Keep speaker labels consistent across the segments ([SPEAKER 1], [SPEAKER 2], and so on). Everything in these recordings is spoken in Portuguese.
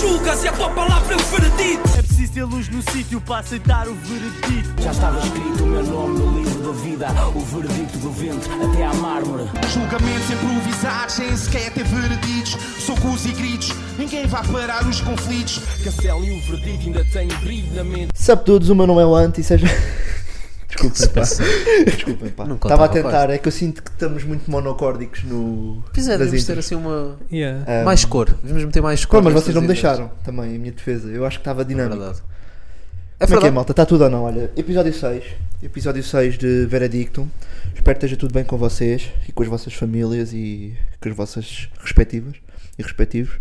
[SPEAKER 1] julgas e a tua palavra é o veredito.
[SPEAKER 2] É preciso ter luz no sítio para aceitar o veredito.
[SPEAKER 3] Já estava escrito o meu nome no livro da vida, o veredito do vento até à mármore.
[SPEAKER 4] Julgamentos improvisados, sem sequer ter vereditos. Socos e gritos, ninguém vai parar os conflitos.
[SPEAKER 3] Castelo e o veredito ainda têm brilho na mente.
[SPEAKER 5] Sabe todos, o meu nome é o Ant e seja. Desculpem, pá. Desculpem, pá.
[SPEAKER 6] Não
[SPEAKER 5] Estava
[SPEAKER 6] contava
[SPEAKER 5] a tentar,
[SPEAKER 6] quase.
[SPEAKER 5] é que eu sinto que estamos muito monocórdicos no.
[SPEAKER 6] Pois é,
[SPEAKER 5] nas
[SPEAKER 6] devemos ter
[SPEAKER 5] intros.
[SPEAKER 6] assim uma.
[SPEAKER 2] Yeah.
[SPEAKER 5] Ah,
[SPEAKER 6] Mais cor. Devemos meter mais cor.
[SPEAKER 5] Pô, mas vocês
[SPEAKER 6] nestas
[SPEAKER 5] não me
[SPEAKER 6] ideias.
[SPEAKER 5] deixaram também, em minha defesa. Eu acho que estava
[SPEAKER 6] É
[SPEAKER 5] dinâmico.
[SPEAKER 6] verdade.
[SPEAKER 5] Como
[SPEAKER 6] É
[SPEAKER 5] é que é,
[SPEAKER 6] verdade.
[SPEAKER 5] malta? Está tudo ou não? Olha, episódio 6. Episódio 6 de Veredictum. Espero que esteja tudo bem com vocês e com as vossas famílias e com as vossas respectivas e respectivos.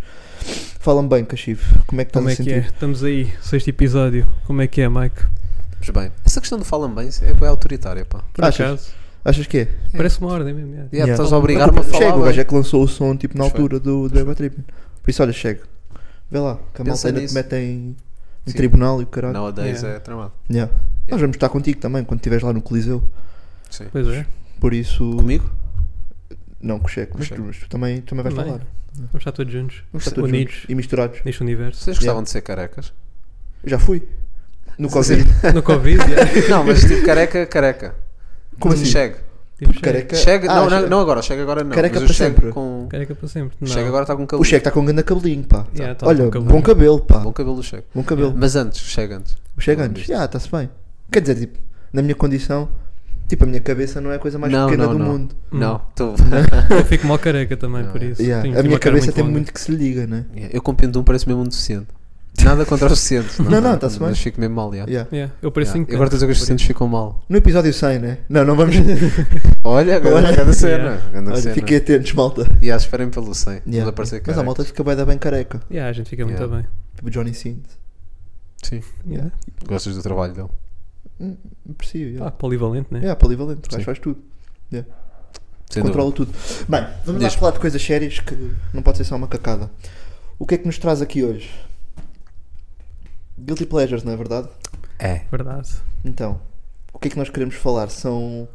[SPEAKER 5] Falam bem, Cachivo. Como é que estás
[SPEAKER 2] Como
[SPEAKER 5] a
[SPEAKER 2] é que é?
[SPEAKER 5] sentir?
[SPEAKER 2] Estamos aí, sexto episódio. Como é que é, Mike?
[SPEAKER 6] Pois bem. Essa questão do falam bem é bem autoritária, pá.
[SPEAKER 2] Por
[SPEAKER 5] Achas?
[SPEAKER 2] acaso?
[SPEAKER 5] Achas que é?
[SPEAKER 2] Parece uma ordem mesmo. yeah.
[SPEAKER 6] E yeah.
[SPEAKER 5] Yeah.
[SPEAKER 6] estás a obrigar-me a
[SPEAKER 5] Chega, o
[SPEAKER 6] falar.
[SPEAKER 5] gajo é
[SPEAKER 6] bem.
[SPEAKER 5] que lançou o som tipo na
[SPEAKER 6] Pois foi.
[SPEAKER 5] altura do, do Eva Trip. Por isso, olha, chega. Vê lá, que a malta
[SPEAKER 6] Pensa
[SPEAKER 5] ainda te
[SPEAKER 6] nisso.
[SPEAKER 5] metem em
[SPEAKER 6] Sim.
[SPEAKER 5] tribunal e o caralho.
[SPEAKER 6] Não, a 10
[SPEAKER 2] Yeah.
[SPEAKER 6] é tramado.
[SPEAKER 5] Yeah. Nós vamos estar contigo também quando estiveres lá no Coliseu.
[SPEAKER 6] Sim.
[SPEAKER 2] Pois é.
[SPEAKER 5] Por isso.
[SPEAKER 6] Comigo?
[SPEAKER 5] Não, com o Checo, mas, tu- mas tu também, também vais
[SPEAKER 2] Também.
[SPEAKER 5] falar.
[SPEAKER 2] Vamos estar todos juntos.
[SPEAKER 5] Vamos estar todos
[SPEAKER 2] unidos
[SPEAKER 5] juntos e misturados.
[SPEAKER 2] neste universo.
[SPEAKER 6] Vocês gostavam de ser carecas?
[SPEAKER 5] Eu já fui. No Covid.
[SPEAKER 2] No Covid, yeah.
[SPEAKER 6] Não, mas tipo careca, careca.
[SPEAKER 5] Como
[SPEAKER 6] Tipo
[SPEAKER 5] assim?
[SPEAKER 6] Chega.
[SPEAKER 2] tipo, chega.
[SPEAKER 5] Careca.
[SPEAKER 6] Chega,
[SPEAKER 5] Ah,
[SPEAKER 6] não,
[SPEAKER 5] chega.
[SPEAKER 6] não, não agora, chega agora não.
[SPEAKER 5] Careca
[SPEAKER 6] mas o
[SPEAKER 5] para
[SPEAKER 6] Chega
[SPEAKER 5] sempre.
[SPEAKER 6] Com...
[SPEAKER 2] Careca para sempre. Não.
[SPEAKER 6] Chega agora está com
[SPEAKER 5] O
[SPEAKER 6] cabelo.
[SPEAKER 5] Checo está com um grande cabelinho, pá.
[SPEAKER 2] Yeah, tá
[SPEAKER 5] Olha,
[SPEAKER 2] com cabelo.
[SPEAKER 5] bom cabelo, pá.
[SPEAKER 6] Bom cabelo do Chega.
[SPEAKER 5] Bom cabelo.
[SPEAKER 6] Mas antes, Chega antes.
[SPEAKER 5] O Chego antes. Já, está-se bem. Quer dizer, tipo, na minha condição, tipo, a minha cabeça não é a coisa mais
[SPEAKER 6] não,
[SPEAKER 5] pequena
[SPEAKER 6] não,
[SPEAKER 5] do
[SPEAKER 6] não.
[SPEAKER 5] mundo.
[SPEAKER 6] Não, tu...
[SPEAKER 2] Eu fico mal careca também, por isso.
[SPEAKER 5] Yeah,
[SPEAKER 2] Tenho-
[SPEAKER 5] A
[SPEAKER 2] tenho
[SPEAKER 5] minha
[SPEAKER 2] uma cara
[SPEAKER 5] cabeça tem
[SPEAKER 2] longa.
[SPEAKER 5] muito que se lhe liga, né?
[SPEAKER 6] eu com pendum parece mesmo um deficiente. Nada contra os deficientes.
[SPEAKER 5] Não, não, tá-se bem.
[SPEAKER 6] Mas fico mesmo mal, já.
[SPEAKER 5] Yeah.
[SPEAKER 2] Yeah, Eu pareço um
[SPEAKER 6] Já.
[SPEAKER 2] yeah.
[SPEAKER 6] E Agora estás a dizer que os deficientes ficam mal.
[SPEAKER 5] No episódio 100, né? Não, não vamos.
[SPEAKER 6] Olha,
[SPEAKER 5] Olha.
[SPEAKER 6] agora é da cena.
[SPEAKER 2] Yeah.
[SPEAKER 6] grande
[SPEAKER 5] Olha,
[SPEAKER 6] cena.
[SPEAKER 5] fiquei atentos, malta.
[SPEAKER 6] E ah, esperem pelo 100.
[SPEAKER 5] Yeah.
[SPEAKER 6] né? Vamos aparecer
[SPEAKER 5] Mas a malta
[SPEAKER 6] carecas.
[SPEAKER 5] fica bem, bem careca.
[SPEAKER 2] Yeah, a gente fica muito
[SPEAKER 6] Yeah.
[SPEAKER 2] bem.
[SPEAKER 5] Tipo Johnny Sins.
[SPEAKER 6] Sim.
[SPEAKER 2] Yeah.
[SPEAKER 6] Gostas do trabalho dele?
[SPEAKER 5] Impossível.
[SPEAKER 2] Ah,
[SPEAKER 5] Yeah.
[SPEAKER 2] polivalente, né?
[SPEAKER 5] É, polivalente. O gajo
[SPEAKER 6] Sim.
[SPEAKER 5] faz tudo.
[SPEAKER 6] Sem
[SPEAKER 5] Controla tudo. Bem, vamos lá
[SPEAKER 6] Diz.
[SPEAKER 5] falar de coisas sérias que não pode ser só uma cacada. O que é que nos traz aqui hoje? Guilty Pleasures, não é verdade?
[SPEAKER 6] dúvida. É.
[SPEAKER 2] Verdade.
[SPEAKER 5] Então, o que é que nós queremos falar? São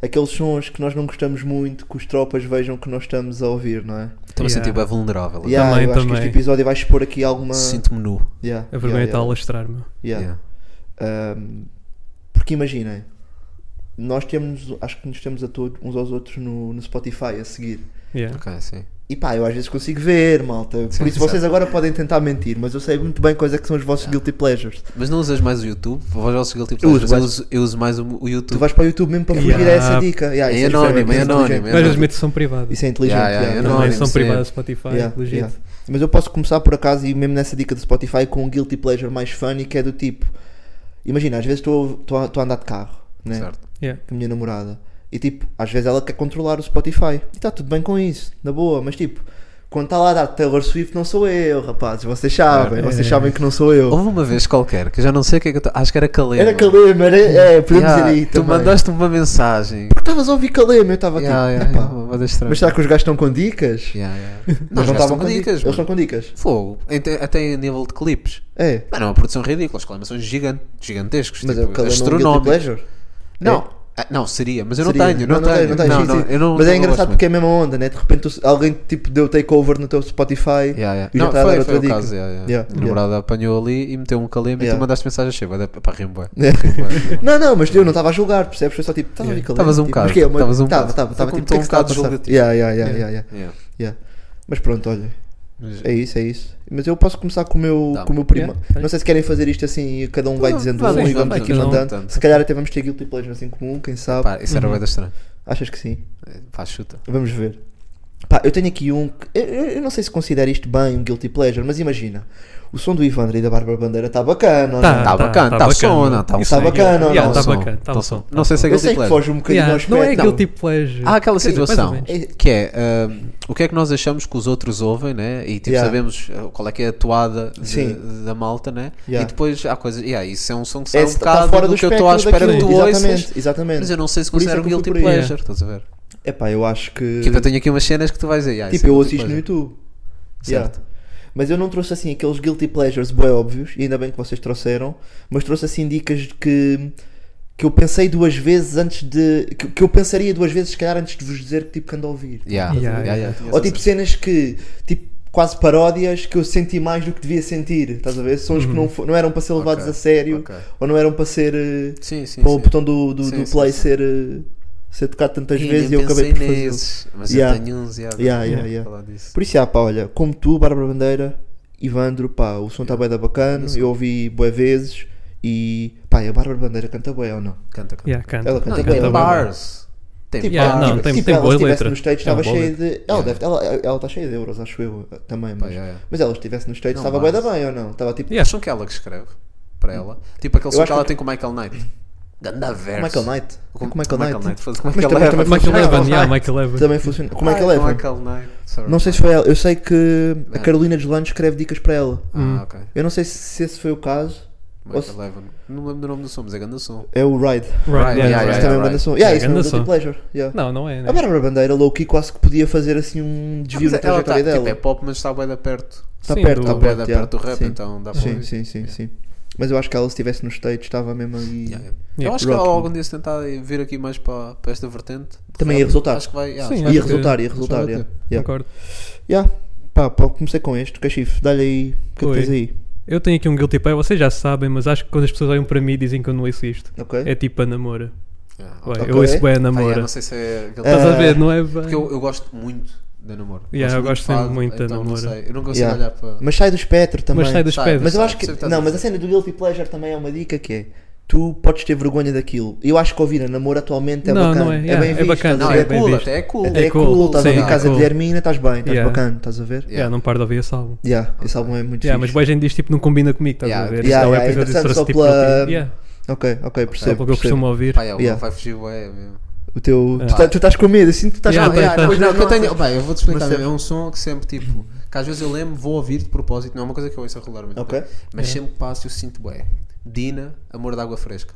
[SPEAKER 5] aqueles sons que nós não gostamos muito, que os tropas vejam que nós estamos a ouvir, não é?
[SPEAKER 6] Estou-me a sentir
[SPEAKER 2] Yeah.
[SPEAKER 6] bem vulnerável. assim.
[SPEAKER 5] Yeah,
[SPEAKER 2] Também,
[SPEAKER 5] eu acho que
[SPEAKER 2] também.
[SPEAKER 5] este episódio vai expor aqui alguma.
[SPEAKER 6] Sinto-me nu.
[SPEAKER 5] Yeah,
[SPEAKER 2] A vergonha está
[SPEAKER 5] yeah,
[SPEAKER 2] a lastrar, meu.
[SPEAKER 5] yeah, yeah.
[SPEAKER 6] Yeah.
[SPEAKER 5] Um, porque imaginem, nós temos, acho que nos temos a todos, uns aos outros no, no Spotify a seguir.
[SPEAKER 2] Yeah.
[SPEAKER 6] Ok, sim.
[SPEAKER 5] E pá, eu às vezes consigo ver, malta. Por
[SPEAKER 6] Sim,
[SPEAKER 5] isso vocês
[SPEAKER 6] certo.
[SPEAKER 5] agora podem tentar mentir, mas eu sei muito bem quais é que são os vossos
[SPEAKER 6] Yeah.
[SPEAKER 5] guilty pleasures.
[SPEAKER 6] Mas não usas mais o YouTube? Vou já ao seguinte tipo,
[SPEAKER 5] Eu
[SPEAKER 6] eu,
[SPEAKER 5] uso
[SPEAKER 6] uso,
[SPEAKER 5] mais-
[SPEAKER 6] eu uso mais o, o YouTube.
[SPEAKER 5] Tu vais para o YouTube mesmo para fugir a essa
[SPEAKER 2] Yeah.
[SPEAKER 5] dica. Yeah,
[SPEAKER 6] É
[SPEAKER 5] isso isso
[SPEAKER 6] anónimo, é
[SPEAKER 5] inteligente.
[SPEAKER 6] anónimo, é
[SPEAKER 2] Mas as
[SPEAKER 6] anónimo.
[SPEAKER 2] metas são privadas.
[SPEAKER 5] Isso é inteligente.
[SPEAKER 6] Yeah, yeah,
[SPEAKER 5] yeah,
[SPEAKER 6] é
[SPEAKER 5] yeah.
[SPEAKER 2] Também
[SPEAKER 6] anónimo,
[SPEAKER 2] são
[SPEAKER 6] sim.
[SPEAKER 2] privadas Spotify,
[SPEAKER 5] Yeah,
[SPEAKER 2] legit.
[SPEAKER 5] yeah. Mas eu posso começar por acaso e mesmo nessa dica do Spotify com um guilty pleasure mais funny que é do tipo: imagina, às vezes estou estou a, estou a andar de carro né,
[SPEAKER 6] Certo.
[SPEAKER 2] Yeah.
[SPEAKER 5] com a minha namorada e tipo, às vezes ela quer controlar o Spotify e está tudo bem com isso, na boa, mas tipo, quando está lá a dar Taylor Swift, não sou eu, rapazes, vocês sabem,
[SPEAKER 2] Claro.
[SPEAKER 5] vocês
[SPEAKER 2] É.
[SPEAKER 5] sabem que não sou eu.
[SPEAKER 6] Houve uma vez qualquer, que eu já não sei o que é que eu tô- Acho que era Calema.
[SPEAKER 5] Era Calema, era, é, podemos
[SPEAKER 6] Yeah,
[SPEAKER 5] dizer aí
[SPEAKER 6] Tu
[SPEAKER 5] também.
[SPEAKER 6] mandaste-me uma mensagem.
[SPEAKER 5] Porque estavas a ouvir Calema, eu estava aqui.
[SPEAKER 6] Yeah, yeah,
[SPEAKER 5] tipo, epá,
[SPEAKER 6] yeah, uma das estranhas.
[SPEAKER 5] Mas será que os gajos estão com dicas?
[SPEAKER 6] Yeah, yeah.
[SPEAKER 5] Eles
[SPEAKER 6] Não,
[SPEAKER 5] não estavam com
[SPEAKER 6] dicas.
[SPEAKER 5] dicas. Eles estão
[SPEAKER 6] mano.
[SPEAKER 5] com dicas.
[SPEAKER 6] Fogo. Até, até a nível de clipes.
[SPEAKER 5] É,
[SPEAKER 6] Mano, é uma produção ridícula. Os Calema são gigan- gigantescos.
[SPEAKER 5] mas é o
[SPEAKER 6] tipo,
[SPEAKER 5] Calema é um guilty
[SPEAKER 6] astronómicos.
[SPEAKER 5] pleasure. É?
[SPEAKER 6] Não, ah, não, seria, mas eu não
[SPEAKER 5] Seria.
[SPEAKER 6] tenho, não, tenho.
[SPEAKER 5] tens, tens,
[SPEAKER 6] Não,
[SPEAKER 5] sim,
[SPEAKER 6] não,
[SPEAKER 5] sim.
[SPEAKER 6] eu não-
[SPEAKER 5] Mas
[SPEAKER 6] não
[SPEAKER 5] é engraçado
[SPEAKER 6] gosto
[SPEAKER 5] porque é a mesma onda, né? De repente tu- alguém tipo deu takeover no teu Spotify
[SPEAKER 6] Yeah, yeah.
[SPEAKER 5] e já
[SPEAKER 6] Não,
[SPEAKER 5] está a
[SPEAKER 6] foi,
[SPEAKER 5] dar
[SPEAKER 6] foi
[SPEAKER 5] outra
[SPEAKER 6] o
[SPEAKER 5] dica.
[SPEAKER 6] caso. yeah, yeah.
[SPEAKER 5] Yeah,
[SPEAKER 6] Minha namorada apanhou ali e meteu um calema e
[SPEAKER 5] Yeah.
[SPEAKER 6] tu mandaste mensagem chega. Pá, rimo bué.
[SPEAKER 5] É.
[SPEAKER 6] Rimo bué, rimo bué.
[SPEAKER 5] Não, não, mas eu não estava a julgar, percebes? Foi só tipo, é estava
[SPEAKER 2] Yeah.
[SPEAKER 5] a
[SPEAKER 6] Estavas um bocado, estavas
[SPEAKER 5] Estava,
[SPEAKER 6] um bocado.
[SPEAKER 5] estava, estava
[SPEAKER 6] Foi
[SPEAKER 5] tipo,
[SPEAKER 6] como
[SPEAKER 5] o que é que
[SPEAKER 6] um bocado
[SPEAKER 5] está a passar?
[SPEAKER 6] julgativo.
[SPEAKER 5] Yeah, yeah, yeah, yeah, yeah,
[SPEAKER 6] Yeah.
[SPEAKER 5] yeah. Mas pronto, olha,
[SPEAKER 6] Mas-
[SPEAKER 5] é isso, é isso. Mas eu posso começar com o meu,
[SPEAKER 6] Dá-me.
[SPEAKER 5] com o meu primo.
[SPEAKER 2] Yeah, faz.
[SPEAKER 5] Não sei se querem fazer isto assim, cada um vai
[SPEAKER 6] Não,
[SPEAKER 5] dizendo
[SPEAKER 6] vamos,
[SPEAKER 5] um e vamos
[SPEAKER 6] vamos,
[SPEAKER 5] aqui
[SPEAKER 2] cada um,
[SPEAKER 5] mandando.
[SPEAKER 6] tanto.
[SPEAKER 5] Se calhar até vamos ter guilty pleasures em comum, quem sabe?
[SPEAKER 6] Pá, isso era bué da estranho. É,
[SPEAKER 5] Achas que sim?
[SPEAKER 6] Pá, chuta.
[SPEAKER 5] Vamos ver. Pá, eu tenho aqui um. que- Eu, eu- eu não sei se considero isto bem um guilty pleasure, mas imagina. O som do Ivandro e da Bárbara Bandeira está bacana. ou não? é?
[SPEAKER 6] tá bacana, tá som, não, tá
[SPEAKER 5] Tá bacana ou não?
[SPEAKER 2] Está
[SPEAKER 6] Som,
[SPEAKER 2] bacana,
[SPEAKER 6] tá
[SPEAKER 2] está
[SPEAKER 6] som.
[SPEAKER 2] som.
[SPEAKER 6] Não sei se é
[SPEAKER 5] eu sei
[SPEAKER 6] guilty
[SPEAKER 5] que
[SPEAKER 6] pleasure.
[SPEAKER 5] foge um bocadinho
[SPEAKER 2] Yeah,
[SPEAKER 5] ao
[SPEAKER 2] não
[SPEAKER 5] aspecto.
[SPEAKER 2] é guilty
[SPEAKER 7] tipo
[SPEAKER 2] pleasure.
[SPEAKER 6] Há Ah, aquela
[SPEAKER 2] Quer dizer, mais ou
[SPEAKER 6] situação
[SPEAKER 2] menos.
[SPEAKER 5] menos.
[SPEAKER 6] que é ah, o que é que nós achamos que os outros ouvem, né? E tipo,
[SPEAKER 5] Yeah.
[SPEAKER 6] sabemos ah, qual é que é a toada de-
[SPEAKER 5] Sim.
[SPEAKER 6] da malta, né?
[SPEAKER 5] Yeah.
[SPEAKER 6] E depois há coisas. Yeah, isso é um som que sai
[SPEAKER 5] É,
[SPEAKER 6] um
[SPEAKER 5] está
[SPEAKER 6] bocado
[SPEAKER 5] fora do
[SPEAKER 6] do que eu estou à espera que tu
[SPEAKER 5] daquilo.
[SPEAKER 6] ouças.
[SPEAKER 5] Exatamente, exatamente.
[SPEAKER 6] Mas eu não sei se
[SPEAKER 5] Por isso é
[SPEAKER 6] considero um
[SPEAKER 5] que eu fui
[SPEAKER 6] guilty
[SPEAKER 5] por aí.
[SPEAKER 6] pleasure, estás a ver?
[SPEAKER 5] Epá, eu acho que.
[SPEAKER 6] Que eu tenho aqui umas cenas que tu vais dizer. "Yeah, isso
[SPEAKER 5] tipo,
[SPEAKER 6] é
[SPEAKER 5] eu
[SPEAKER 6] outra
[SPEAKER 5] ouço isto no
[SPEAKER 6] coisa."
[SPEAKER 5] YouTube.
[SPEAKER 6] Certo.
[SPEAKER 5] Yeah. Mas eu não trouxe assim aqueles guilty pleasures bem óbvios, e ainda bem que vocês trouxeram, mas trouxe assim dicas que, que eu pensei duas vezes antes de. Que, que eu pensaria duas vezes, se calhar, antes de vos dizer que tipo que ando a ouvir.
[SPEAKER 6] Yeah.
[SPEAKER 2] Yeah,
[SPEAKER 6] Yeah,
[SPEAKER 2] yeah.
[SPEAKER 6] yeah, tinha
[SPEAKER 5] Ou
[SPEAKER 6] essa
[SPEAKER 5] tipo cenas que, tipo, quase paródias que eu senti mais do que devia sentir. Estás a ver? Sons
[SPEAKER 6] Uhum.
[SPEAKER 5] que não, fo- não eram para ser levados
[SPEAKER 4] Ok,
[SPEAKER 5] a sério
[SPEAKER 4] ok.
[SPEAKER 5] ou não eram para ser. eh,
[SPEAKER 6] Sim, sim.
[SPEAKER 5] para o
[SPEAKER 6] sim.
[SPEAKER 5] botão do, do,
[SPEAKER 6] Sim,
[SPEAKER 5] do
[SPEAKER 6] sim,
[SPEAKER 5] play
[SPEAKER 6] sim.
[SPEAKER 5] ser, eh, ser tocado tantas
[SPEAKER 6] Ih,
[SPEAKER 5] vezes e
[SPEAKER 6] nem
[SPEAKER 5] eu acabei por
[SPEAKER 6] pensei
[SPEAKER 5] fazer.
[SPEAKER 6] nesses, Mas
[SPEAKER 5] Yeah.
[SPEAKER 6] eu tenho uns, yeah,
[SPEAKER 5] Yeah,
[SPEAKER 6] vou
[SPEAKER 5] yeah, yeah.
[SPEAKER 6] falar disso.
[SPEAKER 5] Por isso, ah, pá, olha, como tu, Bárbara Bandeira, Ivandro, pá, o som está bem da bacana, eu ouvi boé vezes e, pá, e a Bárbara Bandeira canta bué ou não?
[SPEAKER 6] Canta, canta.
[SPEAKER 7] Yeah, canta.
[SPEAKER 5] Ela canta
[SPEAKER 6] Não,
[SPEAKER 5] bem, Tipo,
[SPEAKER 6] e
[SPEAKER 7] canta
[SPEAKER 6] tem
[SPEAKER 5] ela
[SPEAKER 7] bem.
[SPEAKER 6] bars. Tem
[SPEAKER 7] Yeah,
[SPEAKER 6] bars.
[SPEAKER 7] não, tem-
[SPEAKER 5] ela
[SPEAKER 7] boa
[SPEAKER 5] estivesse
[SPEAKER 7] letra.
[SPEAKER 5] no stage,
[SPEAKER 7] Tem
[SPEAKER 5] estava
[SPEAKER 7] boa
[SPEAKER 5] cheia de. Ela deve, ela, ela está cheia de euros, acho eu, também,
[SPEAKER 6] Pá,
[SPEAKER 5] mas.
[SPEAKER 6] yeah, yeah.
[SPEAKER 5] Mas ela estivesse no stage,
[SPEAKER 6] Não,
[SPEAKER 5] estava bué da
[SPEAKER 6] mas-
[SPEAKER 5] bem ou não? Estava tipo.
[SPEAKER 7] Yeah.
[SPEAKER 6] Acham que é ela que escreve para ela? Tipo aquele som
[SPEAKER 5] acho
[SPEAKER 6] que ela
[SPEAKER 5] que-
[SPEAKER 6] tem com o Michael Knight. Ganda verso.
[SPEAKER 5] Michael é Knight.
[SPEAKER 6] Com
[SPEAKER 5] Com Michael Knight.
[SPEAKER 6] Faz- com
[SPEAKER 5] Mas
[SPEAKER 6] Michael
[SPEAKER 5] também-
[SPEAKER 6] Knight.
[SPEAKER 7] Michael
[SPEAKER 5] também funciona.
[SPEAKER 7] Evan, yeah, Michael Evan.
[SPEAKER 5] Também funciona. é Com Michael
[SPEAKER 6] Ah,
[SPEAKER 5] Evan.
[SPEAKER 6] Michael Knight. Sorry.
[SPEAKER 5] Não sei se foi ela, eu sei que a Carolina Deslandes escreve dicas para ela.
[SPEAKER 7] Mm,
[SPEAKER 6] Ah, ok.
[SPEAKER 5] Eu não sei se, se esse foi o caso. Ou se-
[SPEAKER 6] Michael Evan. Não me lembro do nome do som, mas é ganda som.
[SPEAKER 5] É o
[SPEAKER 7] Right,
[SPEAKER 5] Ride.
[SPEAKER 6] Yeah,
[SPEAKER 7] yeah,
[SPEAKER 6] yeah,
[SPEAKER 5] Isso
[SPEAKER 7] right.
[SPEAKER 5] também é um
[SPEAKER 6] right.
[SPEAKER 5] grande som. Yeah,
[SPEAKER 7] É,
[SPEAKER 5] isso é um
[SPEAKER 7] grande
[SPEAKER 5] guilty
[SPEAKER 7] som.
[SPEAKER 5] pleasure. yeah.
[SPEAKER 7] Não, não é,
[SPEAKER 5] A
[SPEAKER 7] né?
[SPEAKER 5] Bárbara Bandeira, low key, quase que podia fazer assim um
[SPEAKER 6] Ah,
[SPEAKER 5] desvio
[SPEAKER 6] mas
[SPEAKER 5] na
[SPEAKER 6] ela tá,
[SPEAKER 5] trajetória
[SPEAKER 6] tipo, é
[SPEAKER 5] dela.
[SPEAKER 6] pop, mas está bem da perto.
[SPEAKER 5] Está
[SPEAKER 7] Sim,
[SPEAKER 5] perto,
[SPEAKER 7] do-
[SPEAKER 5] está
[SPEAKER 7] Tá
[SPEAKER 6] Bem
[SPEAKER 5] perto.
[SPEAKER 6] da
[SPEAKER 5] yeah.
[SPEAKER 6] perto do rap,
[SPEAKER 5] sim.
[SPEAKER 6] então dá para
[SPEAKER 5] Sim,
[SPEAKER 6] ouvir.
[SPEAKER 5] sim, sim, sim. Mas eu acho que ela, se estivesse no stage, estava mesmo aí.
[SPEAKER 6] Yeah, yeah. Eu
[SPEAKER 7] Yeah.
[SPEAKER 6] acho que ela
[SPEAKER 5] Rock.
[SPEAKER 6] algum dia se tentar vir aqui mais para, para esta vertente. de
[SPEAKER 5] Também
[SPEAKER 6] rap,
[SPEAKER 5] ia resultar.
[SPEAKER 6] Acho que vai. yeah,
[SPEAKER 7] Sim,
[SPEAKER 6] acho
[SPEAKER 7] acho
[SPEAKER 5] Ia
[SPEAKER 7] que-
[SPEAKER 5] resultar, ia resultar.
[SPEAKER 6] vai
[SPEAKER 5] Yeah.
[SPEAKER 6] ter.
[SPEAKER 5] Yeah.
[SPEAKER 7] Concordo.
[SPEAKER 5] Yeah. Pá, pá, comecei com este. Cachif, dá-lhe aí. O que é que
[SPEAKER 7] Oi.
[SPEAKER 5] tens aí?
[SPEAKER 7] Eu tenho aqui um guilty pleasure, vocês já sabem, mas acho que quando as pessoas olham para mim e ddizem que eu não existo.
[SPEAKER 5] Ok.
[SPEAKER 7] É tipo a namora.
[SPEAKER 6] que- yeah,
[SPEAKER 7] Ué,
[SPEAKER 6] ok.
[SPEAKER 7] Eu ouço bem a
[SPEAKER 6] Ah, yeah,
[SPEAKER 7] namora.
[SPEAKER 6] Não sei se é. aquele-
[SPEAKER 5] É,
[SPEAKER 7] Estás a ver, não é bem?
[SPEAKER 6] Porque eu, eu gosto muito da namoro.
[SPEAKER 7] Yeah, eu gosto sempre muito da
[SPEAKER 6] então não
[SPEAKER 7] Namora.
[SPEAKER 6] sei. Eu não consigo
[SPEAKER 5] Yeah.
[SPEAKER 6] olhar para.
[SPEAKER 5] Mas sai do espectro também.
[SPEAKER 7] Mas sai dos
[SPEAKER 6] Sai,
[SPEAKER 7] pedras.
[SPEAKER 5] Mas eu
[SPEAKER 6] Sabe, tá
[SPEAKER 5] acho que.
[SPEAKER 6] percebo o que estás
[SPEAKER 5] Não,
[SPEAKER 6] a
[SPEAKER 5] mas a
[SPEAKER 6] dizer.
[SPEAKER 5] cena do Guilty Pleasure também é uma dica que é. Tu podes ter vergonha daquilo. Eu acho que ouvir a namora atualmente é
[SPEAKER 7] Não,
[SPEAKER 5] bacana.
[SPEAKER 7] não é, yeah,
[SPEAKER 5] bem
[SPEAKER 7] é
[SPEAKER 5] visto.
[SPEAKER 7] bacana,
[SPEAKER 5] estás
[SPEAKER 6] Não,
[SPEAKER 5] a
[SPEAKER 7] sim,
[SPEAKER 6] é
[SPEAKER 5] ver?
[SPEAKER 7] bem
[SPEAKER 6] cool,
[SPEAKER 7] visto.
[SPEAKER 6] até é cool.
[SPEAKER 5] Até é
[SPEAKER 7] É cool,
[SPEAKER 5] cool, estás a
[SPEAKER 7] sim,
[SPEAKER 5] ouvir
[SPEAKER 7] é
[SPEAKER 5] casa
[SPEAKER 7] cool.
[SPEAKER 5] de Hermina, estás bem, estás
[SPEAKER 7] Yeah.
[SPEAKER 5] bacana, estás a ver?
[SPEAKER 7] Yeah, não paro de ouvir esse álbum.
[SPEAKER 5] Yeah, esse álbum é muito
[SPEAKER 7] Yeah, mas
[SPEAKER 5] fixe.
[SPEAKER 7] boa gente diz tipo não combina comigo, estás
[SPEAKER 6] Yeah,
[SPEAKER 7] a ver?
[SPEAKER 5] yeah,
[SPEAKER 7] Então,
[SPEAKER 5] yeah, é
[SPEAKER 7] episódio
[SPEAKER 5] interessante
[SPEAKER 7] trouxe,
[SPEAKER 5] só
[SPEAKER 7] tipo,
[SPEAKER 5] pela-
[SPEAKER 7] não tem- yeah,
[SPEAKER 5] Ok, ok,
[SPEAKER 7] só
[SPEAKER 5] percebo.
[SPEAKER 7] é porque eu
[SPEAKER 5] percebo.
[SPEAKER 7] costumo ouvir.
[SPEAKER 6] Pai, ele
[SPEAKER 5] Yeah.
[SPEAKER 6] vai fugir, ué, mesmo.
[SPEAKER 5] O teu, tu,
[SPEAKER 7] Yeah.
[SPEAKER 5] tá- tu estás com medo, assim, tu estás
[SPEAKER 7] Yeah,
[SPEAKER 5] com medo.
[SPEAKER 7] yeah, tá.
[SPEAKER 6] Pois é- não, que eu tenho.
[SPEAKER 5] Ok,
[SPEAKER 6] Bem, eu vou te explicar.
[SPEAKER 5] Mas
[SPEAKER 6] mesmo. É um som que sempre, tipo, que às vezes eu lembro, vou ouvir de propósito, não é uma coisa que eu ouço regularmente. tá?
[SPEAKER 5] Ok. É.
[SPEAKER 6] Mas sempre que passo, eu sinto bué. Dina, amor de água fresca.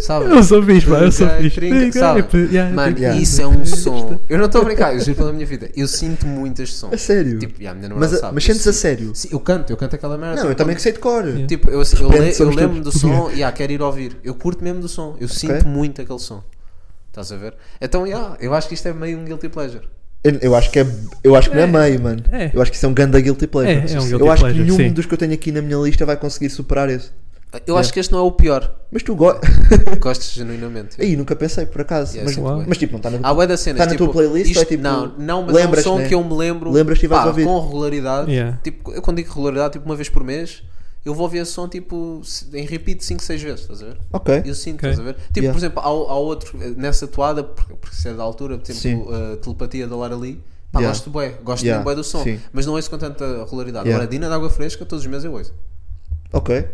[SPEAKER 6] Sabe?
[SPEAKER 7] Eu sou fixe, pá, eu sou
[SPEAKER 6] Trinca,
[SPEAKER 7] fixe.
[SPEAKER 6] trinca,
[SPEAKER 7] Trinca,
[SPEAKER 6] sabe?
[SPEAKER 7] tipo, yeah,
[SPEAKER 6] Mano,
[SPEAKER 7] trinca.
[SPEAKER 5] yeah.
[SPEAKER 6] isso é um som. Eu não estou a brincar, eu juro pela minha vida. Eu sinto muito este som.
[SPEAKER 5] A É sério?
[SPEAKER 6] Tipo, yeah, a minha namorada
[SPEAKER 5] mas,
[SPEAKER 6] sabe.
[SPEAKER 5] mas
[SPEAKER 6] Eu
[SPEAKER 5] sentes a
[SPEAKER 6] sinto-
[SPEAKER 5] sério?
[SPEAKER 6] Sim, eu canto, eu canto aquela merda.
[SPEAKER 5] Não,
[SPEAKER 6] tipo,
[SPEAKER 5] eu também que sei de cor.
[SPEAKER 6] Tipo, eu, eu,
[SPEAKER 5] repente
[SPEAKER 6] le- eu
[SPEAKER 5] somos
[SPEAKER 6] lembro do som e yeah, quero ir ouvir. Eu curto mesmo do som. Eu sinto muito aquele som. Estás a ver? Então, yeah, eu acho que isto é meio um guilty pleasure.
[SPEAKER 5] Eu, eu acho que é, eu acho que não é meio, mano.
[SPEAKER 7] É.
[SPEAKER 5] Eu acho que isso é um ganda guilty pleasure.
[SPEAKER 7] É, é um guilty
[SPEAKER 5] eu acho que
[SPEAKER 7] pleasure,
[SPEAKER 5] nenhum
[SPEAKER 7] sim.
[SPEAKER 5] dos que eu tenho aqui na minha lista vai conseguir superar esse.
[SPEAKER 6] Eu acho que este não é o pior.
[SPEAKER 5] Mas tu gostas.
[SPEAKER 6] Gostes genuinamente.
[SPEAKER 5] Aí nunca pensei por acaso.
[SPEAKER 6] Yeah,
[SPEAKER 5] mas,
[SPEAKER 6] sinto bem.
[SPEAKER 5] mas, tipo, não está
[SPEAKER 6] assim Há
[SPEAKER 5] na.
[SPEAKER 6] bué das cenas.
[SPEAKER 5] Tá na
[SPEAKER 6] tipo,
[SPEAKER 5] tua playlist ou é
[SPEAKER 6] isto-
[SPEAKER 5] tipo,
[SPEAKER 6] Não, não, mas
[SPEAKER 5] lembras-te,
[SPEAKER 6] é um som
[SPEAKER 5] né?
[SPEAKER 6] que eu me lembro
[SPEAKER 5] Lembras-te e vais
[SPEAKER 6] pá,
[SPEAKER 5] ouvir.
[SPEAKER 6] com regularidade.
[SPEAKER 7] Yeah.
[SPEAKER 6] Tipo, eu quando digo regularidade, tipo uma vez por mês, eu vou ouvir esse som tipo se- em repeat 5, 6 vezes, estás a ver?
[SPEAKER 5] Ok.
[SPEAKER 6] Eu sinto,
[SPEAKER 7] Ok.
[SPEAKER 6] estás a ver? Tipo,
[SPEAKER 5] Yeah.
[SPEAKER 6] por exemplo, há, há outro, eh, nessa toada, porque, porque se é da altura, por
[SPEAKER 5] Sim.
[SPEAKER 6] exemplo, a telepatia da Lara Lee. Pá,
[SPEAKER 5] Yeah.
[SPEAKER 6] gosto bem, gosto
[SPEAKER 5] Yeah,
[SPEAKER 6] yeah. bem do som,
[SPEAKER 5] sim.
[SPEAKER 6] mas não ouço com tanta regularidade.
[SPEAKER 5] Yeah.
[SPEAKER 6] Agora, Dina de Água Fresca, todos os meses eu ouço.
[SPEAKER 5] Ok.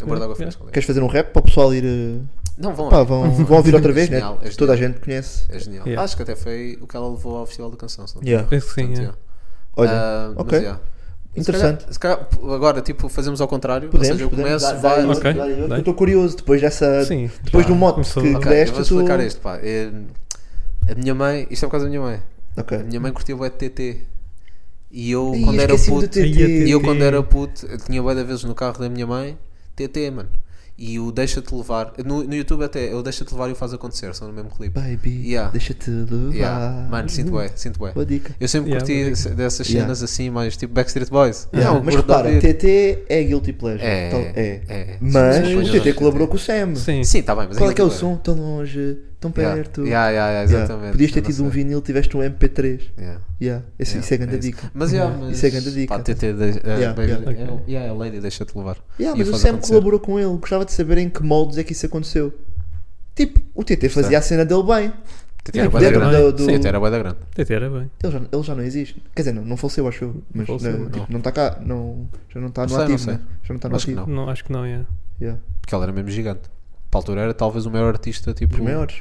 [SPEAKER 6] Eu guardo Água Fresca. aliás.
[SPEAKER 5] Queres fazer um rap para o pessoal ir. eh,
[SPEAKER 6] Não, vão.
[SPEAKER 5] Pá,
[SPEAKER 6] ouvir.
[SPEAKER 5] vão, vão ouvir outra vez, né?
[SPEAKER 6] Genial, é
[SPEAKER 5] Toda a
[SPEAKER 6] genial.
[SPEAKER 5] gente conhece.
[SPEAKER 6] É genial.
[SPEAKER 7] Yeah.
[SPEAKER 6] Acho que até foi o que ela levou ao Festival da Canção. se não me
[SPEAKER 5] Yeah.
[SPEAKER 7] Penso que sim,
[SPEAKER 6] engano.
[SPEAKER 7] yeah.
[SPEAKER 6] Portanto,
[SPEAKER 5] Olha,
[SPEAKER 6] yeah. Ah, mas,
[SPEAKER 5] ok.
[SPEAKER 6] yeah.
[SPEAKER 5] Interessante.
[SPEAKER 6] Se calhar, se calhar, agora, tipo, fazemos ao contrário. ou
[SPEAKER 5] Podemos,
[SPEAKER 6] seja, eu
[SPEAKER 5] podemos.
[SPEAKER 6] começo,
[SPEAKER 5] Dá- dá
[SPEAKER 6] vai.
[SPEAKER 5] aí outro,
[SPEAKER 7] Ok,
[SPEAKER 5] dá aí outro.
[SPEAKER 7] dá.
[SPEAKER 5] Eu estou curioso depois dessa.
[SPEAKER 7] Sim,
[SPEAKER 5] depois
[SPEAKER 7] já
[SPEAKER 5] do mote
[SPEAKER 7] começou.
[SPEAKER 5] que
[SPEAKER 7] Ok,
[SPEAKER 6] Ok, eu
[SPEAKER 5] deste. tu...
[SPEAKER 6] vou explicar este, pá. É, a minha mãe, isto é por causa da minha mãe.
[SPEAKER 5] Ok.
[SPEAKER 6] A minha mãe curtia o TT. E eu,
[SPEAKER 5] Ih,
[SPEAKER 6] quando era
[SPEAKER 5] esqueci-me do
[SPEAKER 6] puto,
[SPEAKER 5] TT.
[SPEAKER 6] e eu, quando
[SPEAKER 7] TT.
[SPEAKER 6] era puto, eu tinha bué de vezes no carro da minha mãe, TT, mano. E o Deixa-te Levar, no, no YouTube até, eu Deixa-te Levar e o Faz Acontecer, são no mesmo clipe.
[SPEAKER 5] Baby,
[SPEAKER 6] Yeah.
[SPEAKER 5] deixa-te levar.
[SPEAKER 6] Yeah. Mano, sinto bué, sinto bué.
[SPEAKER 5] Boa dica.
[SPEAKER 6] Eu sempre
[SPEAKER 7] Yeah,
[SPEAKER 6] curti
[SPEAKER 7] boa dica.
[SPEAKER 6] se- dessas
[SPEAKER 5] Yeah.
[SPEAKER 6] cenas assim, mais tipo Backstreet Boys.
[SPEAKER 5] Não, mas
[SPEAKER 6] curto de
[SPEAKER 5] repara,
[SPEAKER 6] ouvir.
[SPEAKER 5] TT é Guilty Pleasure.
[SPEAKER 6] É,
[SPEAKER 5] Tal-
[SPEAKER 6] é, é.
[SPEAKER 5] Mas
[SPEAKER 6] Sim,
[SPEAKER 5] o
[SPEAKER 6] sim.
[SPEAKER 5] TT colaborou com o Sam.
[SPEAKER 7] Sim.
[SPEAKER 6] Sim, tá bem, mas
[SPEAKER 5] Qual é que é o
[SPEAKER 6] aquilo
[SPEAKER 5] som? Tão longe, tão
[SPEAKER 6] Yeah.
[SPEAKER 5] perto.
[SPEAKER 6] Yeah, yeah, yeah,
[SPEAKER 5] Yeah.
[SPEAKER 6] exatamente.
[SPEAKER 5] Podias ter
[SPEAKER 6] Eu não
[SPEAKER 5] tido um
[SPEAKER 6] sei.
[SPEAKER 5] vinil, tiveste um MP3.
[SPEAKER 6] Yeah.
[SPEAKER 5] Yeah. Esse,
[SPEAKER 6] Yeah,
[SPEAKER 5] isso é grande
[SPEAKER 6] isso.
[SPEAKER 5] dica.
[SPEAKER 6] Mas, yeah, mas
[SPEAKER 5] Isso é grande dica.
[SPEAKER 6] Pá, TT, de, uh,
[SPEAKER 5] Yeah,
[SPEAKER 6] baby,
[SPEAKER 5] yeah.
[SPEAKER 6] é o- yeah, a Lady deixa-te levar.
[SPEAKER 5] Yeah,
[SPEAKER 6] E
[SPEAKER 5] mas o
[SPEAKER 6] faz
[SPEAKER 5] Sam
[SPEAKER 6] acontecer.
[SPEAKER 5] colaborou com ele. Gostava de saber em que moldes é que isso aconteceu. Tipo, o TT fazia a cena dele bem.
[SPEAKER 6] TT era
[SPEAKER 7] Yeah,
[SPEAKER 6] bué da
[SPEAKER 7] dentro
[SPEAKER 6] grande.
[SPEAKER 5] do- do-
[SPEAKER 6] Sim, TT era bué da grande.
[SPEAKER 7] Até era é bem.
[SPEAKER 5] Ele já, ele já não existe. Quer dizer, não, não faleceu, acho eu. Mas
[SPEAKER 7] Faleceu,
[SPEAKER 5] não,
[SPEAKER 7] não.
[SPEAKER 5] tipo, não está cá. Não, já não está no
[SPEAKER 6] Não sei, não
[SPEAKER 5] ativo,
[SPEAKER 6] sei.
[SPEAKER 5] né? Já não está no
[SPEAKER 6] Acho que
[SPEAKER 5] ativo.
[SPEAKER 6] Não.
[SPEAKER 7] Não, acho que não, yeah.
[SPEAKER 5] Yeah.
[SPEAKER 6] Porque ela era mesmo gigante. Para a altura era talvez o maior artista, tipo...
[SPEAKER 5] Os maiores.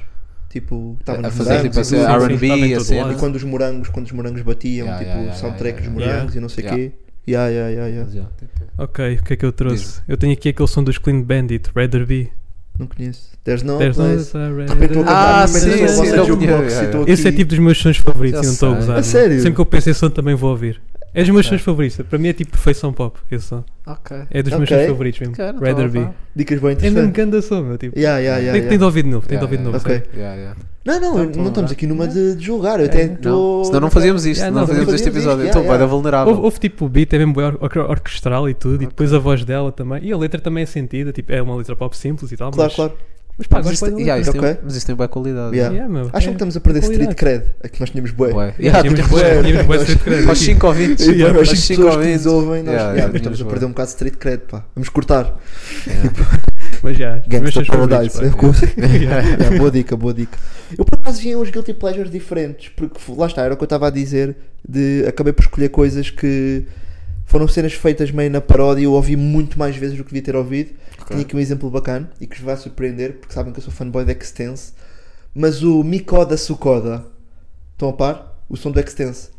[SPEAKER 5] Tipo,
[SPEAKER 6] a-
[SPEAKER 5] estava
[SPEAKER 6] A
[SPEAKER 5] nos
[SPEAKER 6] fazer
[SPEAKER 5] morangos
[SPEAKER 6] tipo
[SPEAKER 5] e
[SPEAKER 6] assim,
[SPEAKER 7] sim,
[SPEAKER 5] tudo.
[SPEAKER 7] sim, estava
[SPEAKER 6] R&B,
[SPEAKER 7] em
[SPEAKER 6] a
[SPEAKER 7] todo
[SPEAKER 5] E
[SPEAKER 6] cena.
[SPEAKER 7] lado.
[SPEAKER 5] quando os morangos, quando os morangos batiam,
[SPEAKER 6] Yeah,
[SPEAKER 5] tipo,
[SPEAKER 6] yeah, yeah,
[SPEAKER 5] soundtrack
[SPEAKER 6] yeah,
[SPEAKER 5] dos
[SPEAKER 7] yeah.
[SPEAKER 5] morangos e não sei o
[SPEAKER 6] Yeah.
[SPEAKER 5] quê. Yeah, yeah, yeah, yeah.
[SPEAKER 6] Mas, yeah, TT.
[SPEAKER 7] Ok, o que é que eu trouxe? Eu tenho aqui aquele som dos Clean Bandit, Rather Be.
[SPEAKER 5] Não conheço. There's no
[SPEAKER 7] There's no-
[SPEAKER 5] place.
[SPEAKER 7] Rather-
[SPEAKER 5] Ah, De repente estou a cantar e
[SPEAKER 6] Ah,
[SPEAKER 5] penso,
[SPEAKER 6] sim,
[SPEAKER 5] "Nossa,
[SPEAKER 6] sim, não
[SPEAKER 5] jukebox,
[SPEAKER 6] conheço,
[SPEAKER 5] e estou
[SPEAKER 7] Esse é
[SPEAKER 5] aqui."
[SPEAKER 7] tipo dos meus sons favoritos,
[SPEAKER 6] Já
[SPEAKER 7] e não estou a
[SPEAKER 6] sei.
[SPEAKER 7] gozar.
[SPEAKER 5] A sério?
[SPEAKER 7] Sempre que eu penso em som também vou ouvir. É dos meus sons favoritos. Para mim é tipo perfeição pop, esse som.
[SPEAKER 6] Ok.
[SPEAKER 7] É dos meus
[SPEAKER 5] Ok.
[SPEAKER 7] sons favoritos mesmo.
[SPEAKER 6] Cara,
[SPEAKER 7] Rather
[SPEAKER 6] tá
[SPEAKER 7] Be.
[SPEAKER 6] lá, tá.
[SPEAKER 5] Dicas bem
[SPEAKER 7] É mesmo
[SPEAKER 5] interessantes.
[SPEAKER 7] ganda som, meu tipo.
[SPEAKER 5] Yeah, yeah, yeah,
[SPEAKER 7] tem, tem de
[SPEAKER 5] yeah.
[SPEAKER 7] ouvir de novo, tem de
[SPEAKER 6] Yeah,
[SPEAKER 7] ouvir de novo.
[SPEAKER 6] yeah,
[SPEAKER 5] Ok.
[SPEAKER 7] sim.
[SPEAKER 6] Yeah, yeah.
[SPEAKER 7] Então,
[SPEAKER 5] Não, não, não estamos aqui numa de, de julgar.
[SPEAKER 7] É,
[SPEAKER 5] Eu até estou.
[SPEAKER 6] Não. Senão não fazíamos isto,
[SPEAKER 7] Yeah,
[SPEAKER 6] não,
[SPEAKER 7] não,
[SPEAKER 6] fazíamos
[SPEAKER 5] não
[SPEAKER 6] este
[SPEAKER 5] fazíamos
[SPEAKER 6] episódio.
[SPEAKER 5] isto,
[SPEAKER 6] Então, vai
[SPEAKER 5] yeah,
[SPEAKER 6] da vulnerável.
[SPEAKER 7] Houve, houve, tipo o beat, é mesmo bué or- or- orquestral e tudo, e depois a voz dela também. E a letra também é sentida, tipo, é uma letra pop simples e tal.
[SPEAKER 5] Claro,
[SPEAKER 7] mas,
[SPEAKER 5] claro.
[SPEAKER 7] Mas pá,
[SPEAKER 6] mas,
[SPEAKER 7] gosto
[SPEAKER 6] isto,
[SPEAKER 7] bué da
[SPEAKER 6] yeah,
[SPEAKER 7] letra.
[SPEAKER 6] isto tem,
[SPEAKER 5] Ok.
[SPEAKER 6] mas isto tem boa qualidade.
[SPEAKER 5] Yeah.
[SPEAKER 7] Yeah, meu,
[SPEAKER 5] Acham que
[SPEAKER 7] é.
[SPEAKER 5] estamos a perder
[SPEAKER 7] Qualidade.
[SPEAKER 5] street cred. Aqui nós tínhamos bué.
[SPEAKER 6] Ué.
[SPEAKER 7] Yeah,
[SPEAKER 6] Yeah,
[SPEAKER 7] tínhamos
[SPEAKER 6] tipo,
[SPEAKER 7] bué-
[SPEAKER 5] é.
[SPEAKER 7] tínhamos bué street cred
[SPEAKER 6] Aos
[SPEAKER 7] aqui.
[SPEAKER 6] 5 ouvintes.
[SPEAKER 5] E para as cinco
[SPEAKER 6] aos cinco
[SPEAKER 5] pessoas que nos
[SPEAKER 6] ouvintes.
[SPEAKER 5] ouvem, nós
[SPEAKER 6] Yeah,
[SPEAKER 5] Yeah,
[SPEAKER 6] yeah,
[SPEAKER 5] mas estamos a
[SPEAKER 6] tínhamos
[SPEAKER 5] perder
[SPEAKER 6] bué.
[SPEAKER 5] um bocado de street cred, pá. Vamos cortar.
[SPEAKER 7] Mas já, os meus sons
[SPEAKER 5] Gangsta
[SPEAKER 7] favoritos.
[SPEAKER 5] Paradise.
[SPEAKER 7] pá.
[SPEAKER 5] é coisa.
[SPEAKER 7] Yeah.
[SPEAKER 5] Yeah, É, boa dica, boa dica. Eu por acaso vi uns guilty pleasures diferentes, porque f- lá está, era o que eu estava a dizer, de acabei por escolher coisas que foram cenas feitas meio na paródia, eu ouvi muito mais vezes do que devia ter ouvido. Tinha aqui um exemplo bacana e que vos vai surpreender, porque sabem que eu sou fanboy da Extense, mas o Mikoda Sukoda, estão a par? O som do Extense.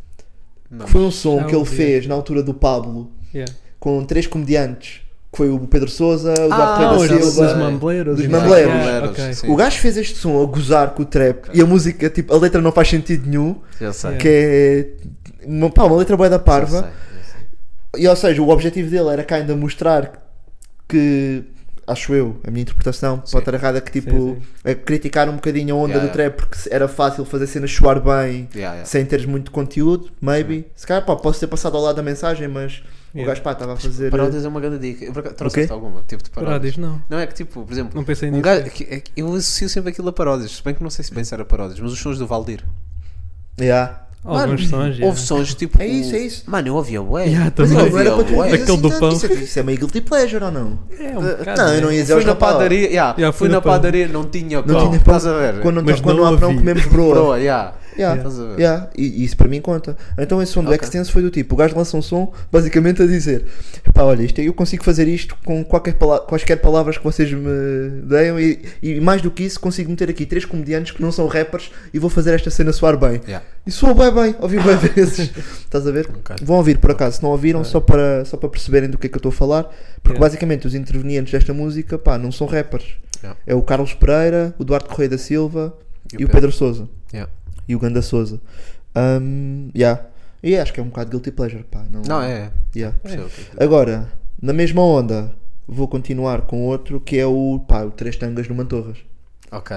[SPEAKER 6] Não.
[SPEAKER 5] Que foi um som
[SPEAKER 7] Já
[SPEAKER 5] que ele
[SPEAKER 7] ouvi.
[SPEAKER 5] fez na altura do Pablo
[SPEAKER 7] Yeah.
[SPEAKER 5] com três comediantes, que foi o Pedro Sousa, o
[SPEAKER 6] Ah,
[SPEAKER 5] Dr.
[SPEAKER 6] os-
[SPEAKER 5] Pedro
[SPEAKER 6] os né?
[SPEAKER 5] Silva,
[SPEAKER 7] mambleiros.
[SPEAKER 5] Dos
[SPEAKER 7] e-
[SPEAKER 5] mambleiros.
[SPEAKER 7] Yeah, ok.
[SPEAKER 6] Sim.
[SPEAKER 5] o gajo fez este som a gozar com o trap e a música, tipo, a letra não faz sentido nenhum,
[SPEAKER 6] Eu sei.
[SPEAKER 7] Yeah.
[SPEAKER 5] que é uma, pá, uma letra boa da
[SPEAKER 6] eu sei,
[SPEAKER 5] parva.
[SPEAKER 6] eu sei.
[SPEAKER 5] E ou seja, o objetivo dele era cá ainda mostrar que, acho eu, a minha interpretação,
[SPEAKER 6] Sim.
[SPEAKER 5] pode estar errada, que tipo,
[SPEAKER 7] Sim,
[SPEAKER 5] a criticar um bocadinho a onda
[SPEAKER 6] Yeah,
[SPEAKER 5] do
[SPEAKER 6] yeah.
[SPEAKER 5] trap porque era fácil fazer cenas soar bem
[SPEAKER 6] Yeah, yeah.
[SPEAKER 5] sem teres muito conteúdo, maybe. Se calhar, pá, posso ter passado ao lado da mensagem, mas o
[SPEAKER 7] Yeah.
[SPEAKER 5] gajo, pá, estava a fazer.
[SPEAKER 6] Paródias é uma grande dica. Eu por acaso- Trouxeste alguma? Tipo de paródias?
[SPEAKER 7] Paródias, não.
[SPEAKER 6] Não é que tipo, por exemplo,
[SPEAKER 7] Não pensei
[SPEAKER 6] um
[SPEAKER 7] nisso.
[SPEAKER 6] gajo, que- é que eu associo sempre aquilo a paródias. Se bem que não sei se bem se era paródias, mas os sons do Valdir.
[SPEAKER 5] Yeah.
[SPEAKER 7] Alguns sons. yeah.
[SPEAKER 6] Houve sons tipo.
[SPEAKER 5] É isso, é isso.
[SPEAKER 6] Mano, eu ouvia ué.
[SPEAKER 7] Yeah, Mas
[SPEAKER 5] Mas não,
[SPEAKER 7] também.
[SPEAKER 5] não era para tu
[SPEAKER 7] Ué.
[SPEAKER 5] dizer
[SPEAKER 7] Daquele
[SPEAKER 5] assim
[SPEAKER 7] do
[SPEAKER 5] tanto.
[SPEAKER 7] pão.
[SPEAKER 5] Isso é, isso é meio guilty pleasure ou não?
[SPEAKER 7] É um bocado,
[SPEAKER 5] não, eu
[SPEAKER 7] né?
[SPEAKER 5] não ia dizer
[SPEAKER 6] Fui
[SPEAKER 5] aos
[SPEAKER 6] na padaria, yeah,
[SPEAKER 7] Yeah,
[SPEAKER 6] fui
[SPEAKER 7] fui
[SPEAKER 6] na
[SPEAKER 7] na pão.
[SPEAKER 6] padaria, não tinha pão.
[SPEAKER 5] Não tinha pão.
[SPEAKER 6] Estás a ver?
[SPEAKER 5] Quando não,
[SPEAKER 7] Mas
[SPEAKER 5] tá- quando
[SPEAKER 7] não
[SPEAKER 5] não há pão,
[SPEAKER 7] havia.
[SPEAKER 5] comemos broa.
[SPEAKER 6] Bro, yeah.
[SPEAKER 5] Yeah.
[SPEAKER 6] Estás a ver?
[SPEAKER 5] Yeah, E e isso para mim conta. Então esse som do
[SPEAKER 6] Ok.
[SPEAKER 5] Extense foi do tipo: o gajo lança um som basicamente a dizer: pá, olha, isto, eu consigo fazer isto com qualquer pala- quaisquer palavras que vocês me deem, e, e mais do que isso, consigo meter aqui três comediantes que não são rappers e vou fazer esta cena soar bem.
[SPEAKER 6] Yeah.
[SPEAKER 5] E soou bem bem, ouvi bem vezes. Estás a
[SPEAKER 7] Um
[SPEAKER 5] ver?
[SPEAKER 6] Ok.
[SPEAKER 5] Vão ouvir por acaso, se não ouviram, só, para, só para perceberem do que é que eu estou a falar,
[SPEAKER 7] É.
[SPEAKER 5] porque
[SPEAKER 7] Yeah.
[SPEAKER 5] basicamente os intervenientes desta música pá, não são rappers.
[SPEAKER 6] Yeah.
[SPEAKER 5] É o Carlos Pereira, o Duarte Correia da Silva e, o Pedro, Souza.
[SPEAKER 6] Yeah.
[SPEAKER 5] E o Ganda Souza. Um, yeah. E acho que é um bocado guilty pleasure. Pá. Não,
[SPEAKER 6] Não, é.
[SPEAKER 5] yeah.
[SPEAKER 6] percebo o que é que-
[SPEAKER 5] Agora, na mesma onda, vou continuar com outro que é o, pá, o Três Tangas no Mantorras.
[SPEAKER 6] Ok.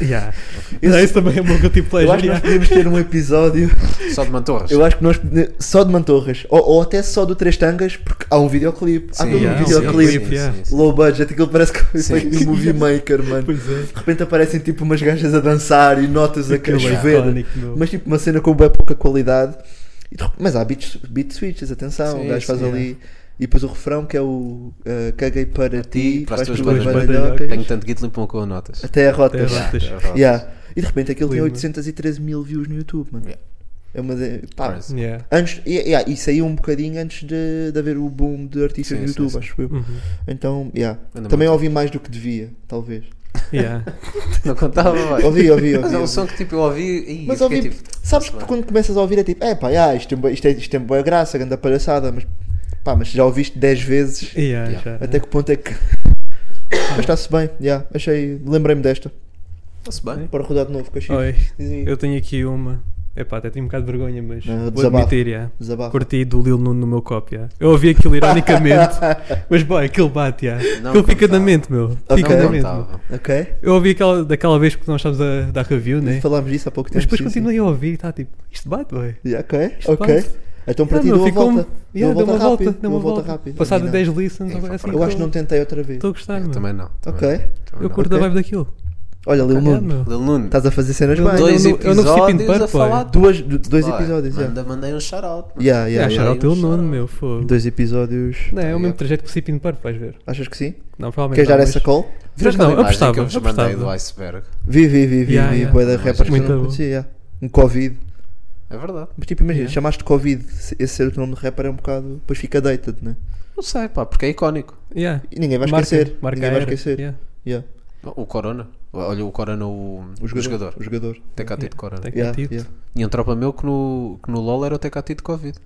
[SPEAKER 7] Yeah. Não, isso também é um bom guilty
[SPEAKER 5] Eu acho
[SPEAKER 7] pleasure.
[SPEAKER 5] que
[SPEAKER 7] yeah.
[SPEAKER 5] nós podemos ter um episódio.
[SPEAKER 6] Só de mantorras.
[SPEAKER 5] Eu acho que nós só de mantorras, ou, ou até só do Três Tangas, porque há um videoclipe. Há
[SPEAKER 6] Sim,
[SPEAKER 5] todo
[SPEAKER 7] yeah,
[SPEAKER 5] um
[SPEAKER 7] um
[SPEAKER 5] videoclipe.
[SPEAKER 7] videoclipe, yeah.
[SPEAKER 5] Low budget, aquilo parece que foi
[SPEAKER 6] Sim.
[SPEAKER 5] feito de movie maker, mano.
[SPEAKER 7] Pois é.
[SPEAKER 5] De repente aparecem tipo umas gajas a dançar e notas a
[SPEAKER 7] Aquele
[SPEAKER 5] chover.
[SPEAKER 7] é icónico, meu.
[SPEAKER 5] Mas tipo uma cena com bem pouca qualidade. E de rep- Mas há beat, beat switches, atenção,
[SPEAKER 6] Sim,
[SPEAKER 5] o gajo faz
[SPEAKER 6] sim,
[SPEAKER 5] ali. E depois o refrão que é o ah, Caguei para ti,
[SPEAKER 6] para
[SPEAKER 5] faz
[SPEAKER 6] as tuas
[SPEAKER 5] tuas
[SPEAKER 7] bandalhocas.
[SPEAKER 5] bandalhocas,
[SPEAKER 6] Tenho tanto guito limpam com notas.
[SPEAKER 5] Até a
[SPEAKER 7] Até
[SPEAKER 5] rotas.
[SPEAKER 7] rotas.
[SPEAKER 5] Yeah. E de repente aquilo tem
[SPEAKER 7] Lindo.
[SPEAKER 5] 813 mil views no YouTube, mano.
[SPEAKER 6] Yeah.
[SPEAKER 5] É uma. de- Pá,
[SPEAKER 6] Parece.
[SPEAKER 7] Yeah.
[SPEAKER 5] Antes, e, e- e saiu um bocadinho antes de, de haver o boom de artistas no
[SPEAKER 6] Sim, sim,
[SPEAKER 5] YouTube,
[SPEAKER 6] sim.
[SPEAKER 5] acho eu.
[SPEAKER 7] Uhum.
[SPEAKER 5] Então, yeah.
[SPEAKER 6] Anda
[SPEAKER 5] também
[SPEAKER 6] muito.
[SPEAKER 5] ouvi mais do que devia, talvez.
[SPEAKER 7] Yeah.
[SPEAKER 6] Não contava, vai.
[SPEAKER 5] Ouvi, ouvi,
[SPEAKER 6] Mas é um
[SPEAKER 5] ouvi.
[SPEAKER 6] som que tipo eu ouvi e
[SPEAKER 5] Mas
[SPEAKER 6] fiquei
[SPEAKER 5] ouvi-
[SPEAKER 6] tipo.
[SPEAKER 5] Sabes que quando começas a ouvir é tipo, é pá, yeah, isto, tem bué- isto, é, isto tem boa graça, grande palhaçada, mas pá, mas já ouviste 10 vezes,
[SPEAKER 7] Yeah,
[SPEAKER 6] Yeah.
[SPEAKER 7] já.
[SPEAKER 5] até que ponto é que. mas está-se bem, yeah, achei, lembrei-me desta.
[SPEAKER 6] Está-se bem.
[SPEAKER 5] Para rodar de novo, Caxi.
[SPEAKER 7] Oi,
[SPEAKER 5] Dizem aí.
[SPEAKER 7] eu tenho aqui uma. Epá, até tenho um bocado de vergonha, mas
[SPEAKER 5] Não,
[SPEAKER 7] vou
[SPEAKER 5] desabafo.
[SPEAKER 7] admitir, yeah.
[SPEAKER 5] Desabafo.
[SPEAKER 7] Curti do Lil Nuno no meu cópia. Eu ouvi aquilo ironicamente, mas boy, aquilo bate, yeah.
[SPEAKER 6] Não
[SPEAKER 7] aquilo fica na
[SPEAKER 6] contava.
[SPEAKER 7] mente, meu. Fica é
[SPEAKER 5] Ok.
[SPEAKER 7] na
[SPEAKER 6] Não
[SPEAKER 7] mente. meu.
[SPEAKER 6] contava.
[SPEAKER 5] Ok?
[SPEAKER 7] Eu ouvi aquela, daquela vez que nós estávamos a dar review, né?
[SPEAKER 5] Falámos disso há pouco tempo.
[SPEAKER 7] Mas depois
[SPEAKER 5] sim, sim.
[SPEAKER 7] continuei a ouvir e tá tipo, isto bate, boy.
[SPEAKER 5] Yeah, Ok,
[SPEAKER 7] Isto
[SPEAKER 5] ok.
[SPEAKER 7] bate.
[SPEAKER 5] Então para
[SPEAKER 7] Ah,
[SPEAKER 5] ti
[SPEAKER 7] meu,
[SPEAKER 5] deu a
[SPEAKER 7] ficou-
[SPEAKER 5] volta.
[SPEAKER 7] Yeah, deu uma volta, deu uma volta.
[SPEAKER 5] rápida.
[SPEAKER 7] Passado
[SPEAKER 5] Não.
[SPEAKER 7] 10 listens,
[SPEAKER 6] É,
[SPEAKER 7] agora
[SPEAKER 6] foi
[SPEAKER 7] assim.
[SPEAKER 5] Eu acho que não tentei outra vez.
[SPEAKER 7] Estou a gostar,
[SPEAKER 6] Eu
[SPEAKER 7] meu.
[SPEAKER 6] também não. também
[SPEAKER 5] Ok.
[SPEAKER 6] não, também
[SPEAKER 7] Hum. Eu
[SPEAKER 6] não.
[SPEAKER 7] curto a
[SPEAKER 5] Ok.
[SPEAKER 7] vibe daquilo.
[SPEAKER 5] Olha, Lil
[SPEAKER 7] Caralho,
[SPEAKER 5] Nuno,
[SPEAKER 7] meu.
[SPEAKER 6] Lil Nuno.
[SPEAKER 5] estás a fazer cenas bem.
[SPEAKER 7] Nuno.
[SPEAKER 6] Dois
[SPEAKER 7] eu não- eu não fico em
[SPEAKER 6] episódios a
[SPEAKER 7] Purple,
[SPEAKER 6] falar.
[SPEAKER 7] é.
[SPEAKER 5] Duas, du- dois
[SPEAKER 6] Vai,
[SPEAKER 5] episódios, já. é-
[SPEAKER 6] manda, Mandei um shout-out. mano.
[SPEAKER 5] Yeah,
[SPEAKER 7] Yeah,
[SPEAKER 5] yeah,
[SPEAKER 7] achar
[SPEAKER 5] yeah.
[SPEAKER 7] o teu
[SPEAKER 6] yeah.
[SPEAKER 7] nome, meu, fogo.
[SPEAKER 5] Dois episódios.
[SPEAKER 7] Não, é o mesmo
[SPEAKER 6] Yeah.
[SPEAKER 7] trajeto que o Sipin Purple, vais ver.
[SPEAKER 5] Achas que sim?
[SPEAKER 7] Não, provavelmente
[SPEAKER 5] Queres dar
[SPEAKER 7] não,
[SPEAKER 5] essa
[SPEAKER 7] mas-
[SPEAKER 5] call?
[SPEAKER 6] Viste
[SPEAKER 7] Não,
[SPEAKER 6] aquela imagem
[SPEAKER 7] apostava,
[SPEAKER 6] que eu vos mandei
[SPEAKER 7] apostava.
[SPEAKER 6] do iceberg.
[SPEAKER 5] Vi, vi, vi, vi,
[SPEAKER 7] Yeah,
[SPEAKER 5] vi.
[SPEAKER 7] yeah.
[SPEAKER 5] Boa da rappers que eu
[SPEAKER 7] Muito
[SPEAKER 5] não
[SPEAKER 7] bom.
[SPEAKER 5] conhecia, yeah. Um Covid.
[SPEAKER 6] É verdade.
[SPEAKER 5] Mas tipo, imagina,
[SPEAKER 7] Yeah.
[SPEAKER 5] chamaste Covid, se- esse ser o teu nome de rapper é um bocado. Depois fica dated, né?
[SPEAKER 6] Não sei, pá, porque é icónico.
[SPEAKER 7] Yeah.
[SPEAKER 5] E ninguém vai
[SPEAKER 7] Marca-
[SPEAKER 5] esquecer.
[SPEAKER 7] marca
[SPEAKER 5] ninguém vai
[SPEAKER 7] a era.
[SPEAKER 5] esquecer.
[SPEAKER 7] Yeah.
[SPEAKER 5] Yeah.
[SPEAKER 6] O Corona. Olha, o Corona, o,
[SPEAKER 5] O jogador. O jogador.
[SPEAKER 6] TKT de Corona.
[SPEAKER 7] É, Tem que
[SPEAKER 5] Yeah,
[SPEAKER 7] ter tido.
[SPEAKER 5] yeah.
[SPEAKER 6] E um tropa meu que no, que no LOL era o TKT de Covid.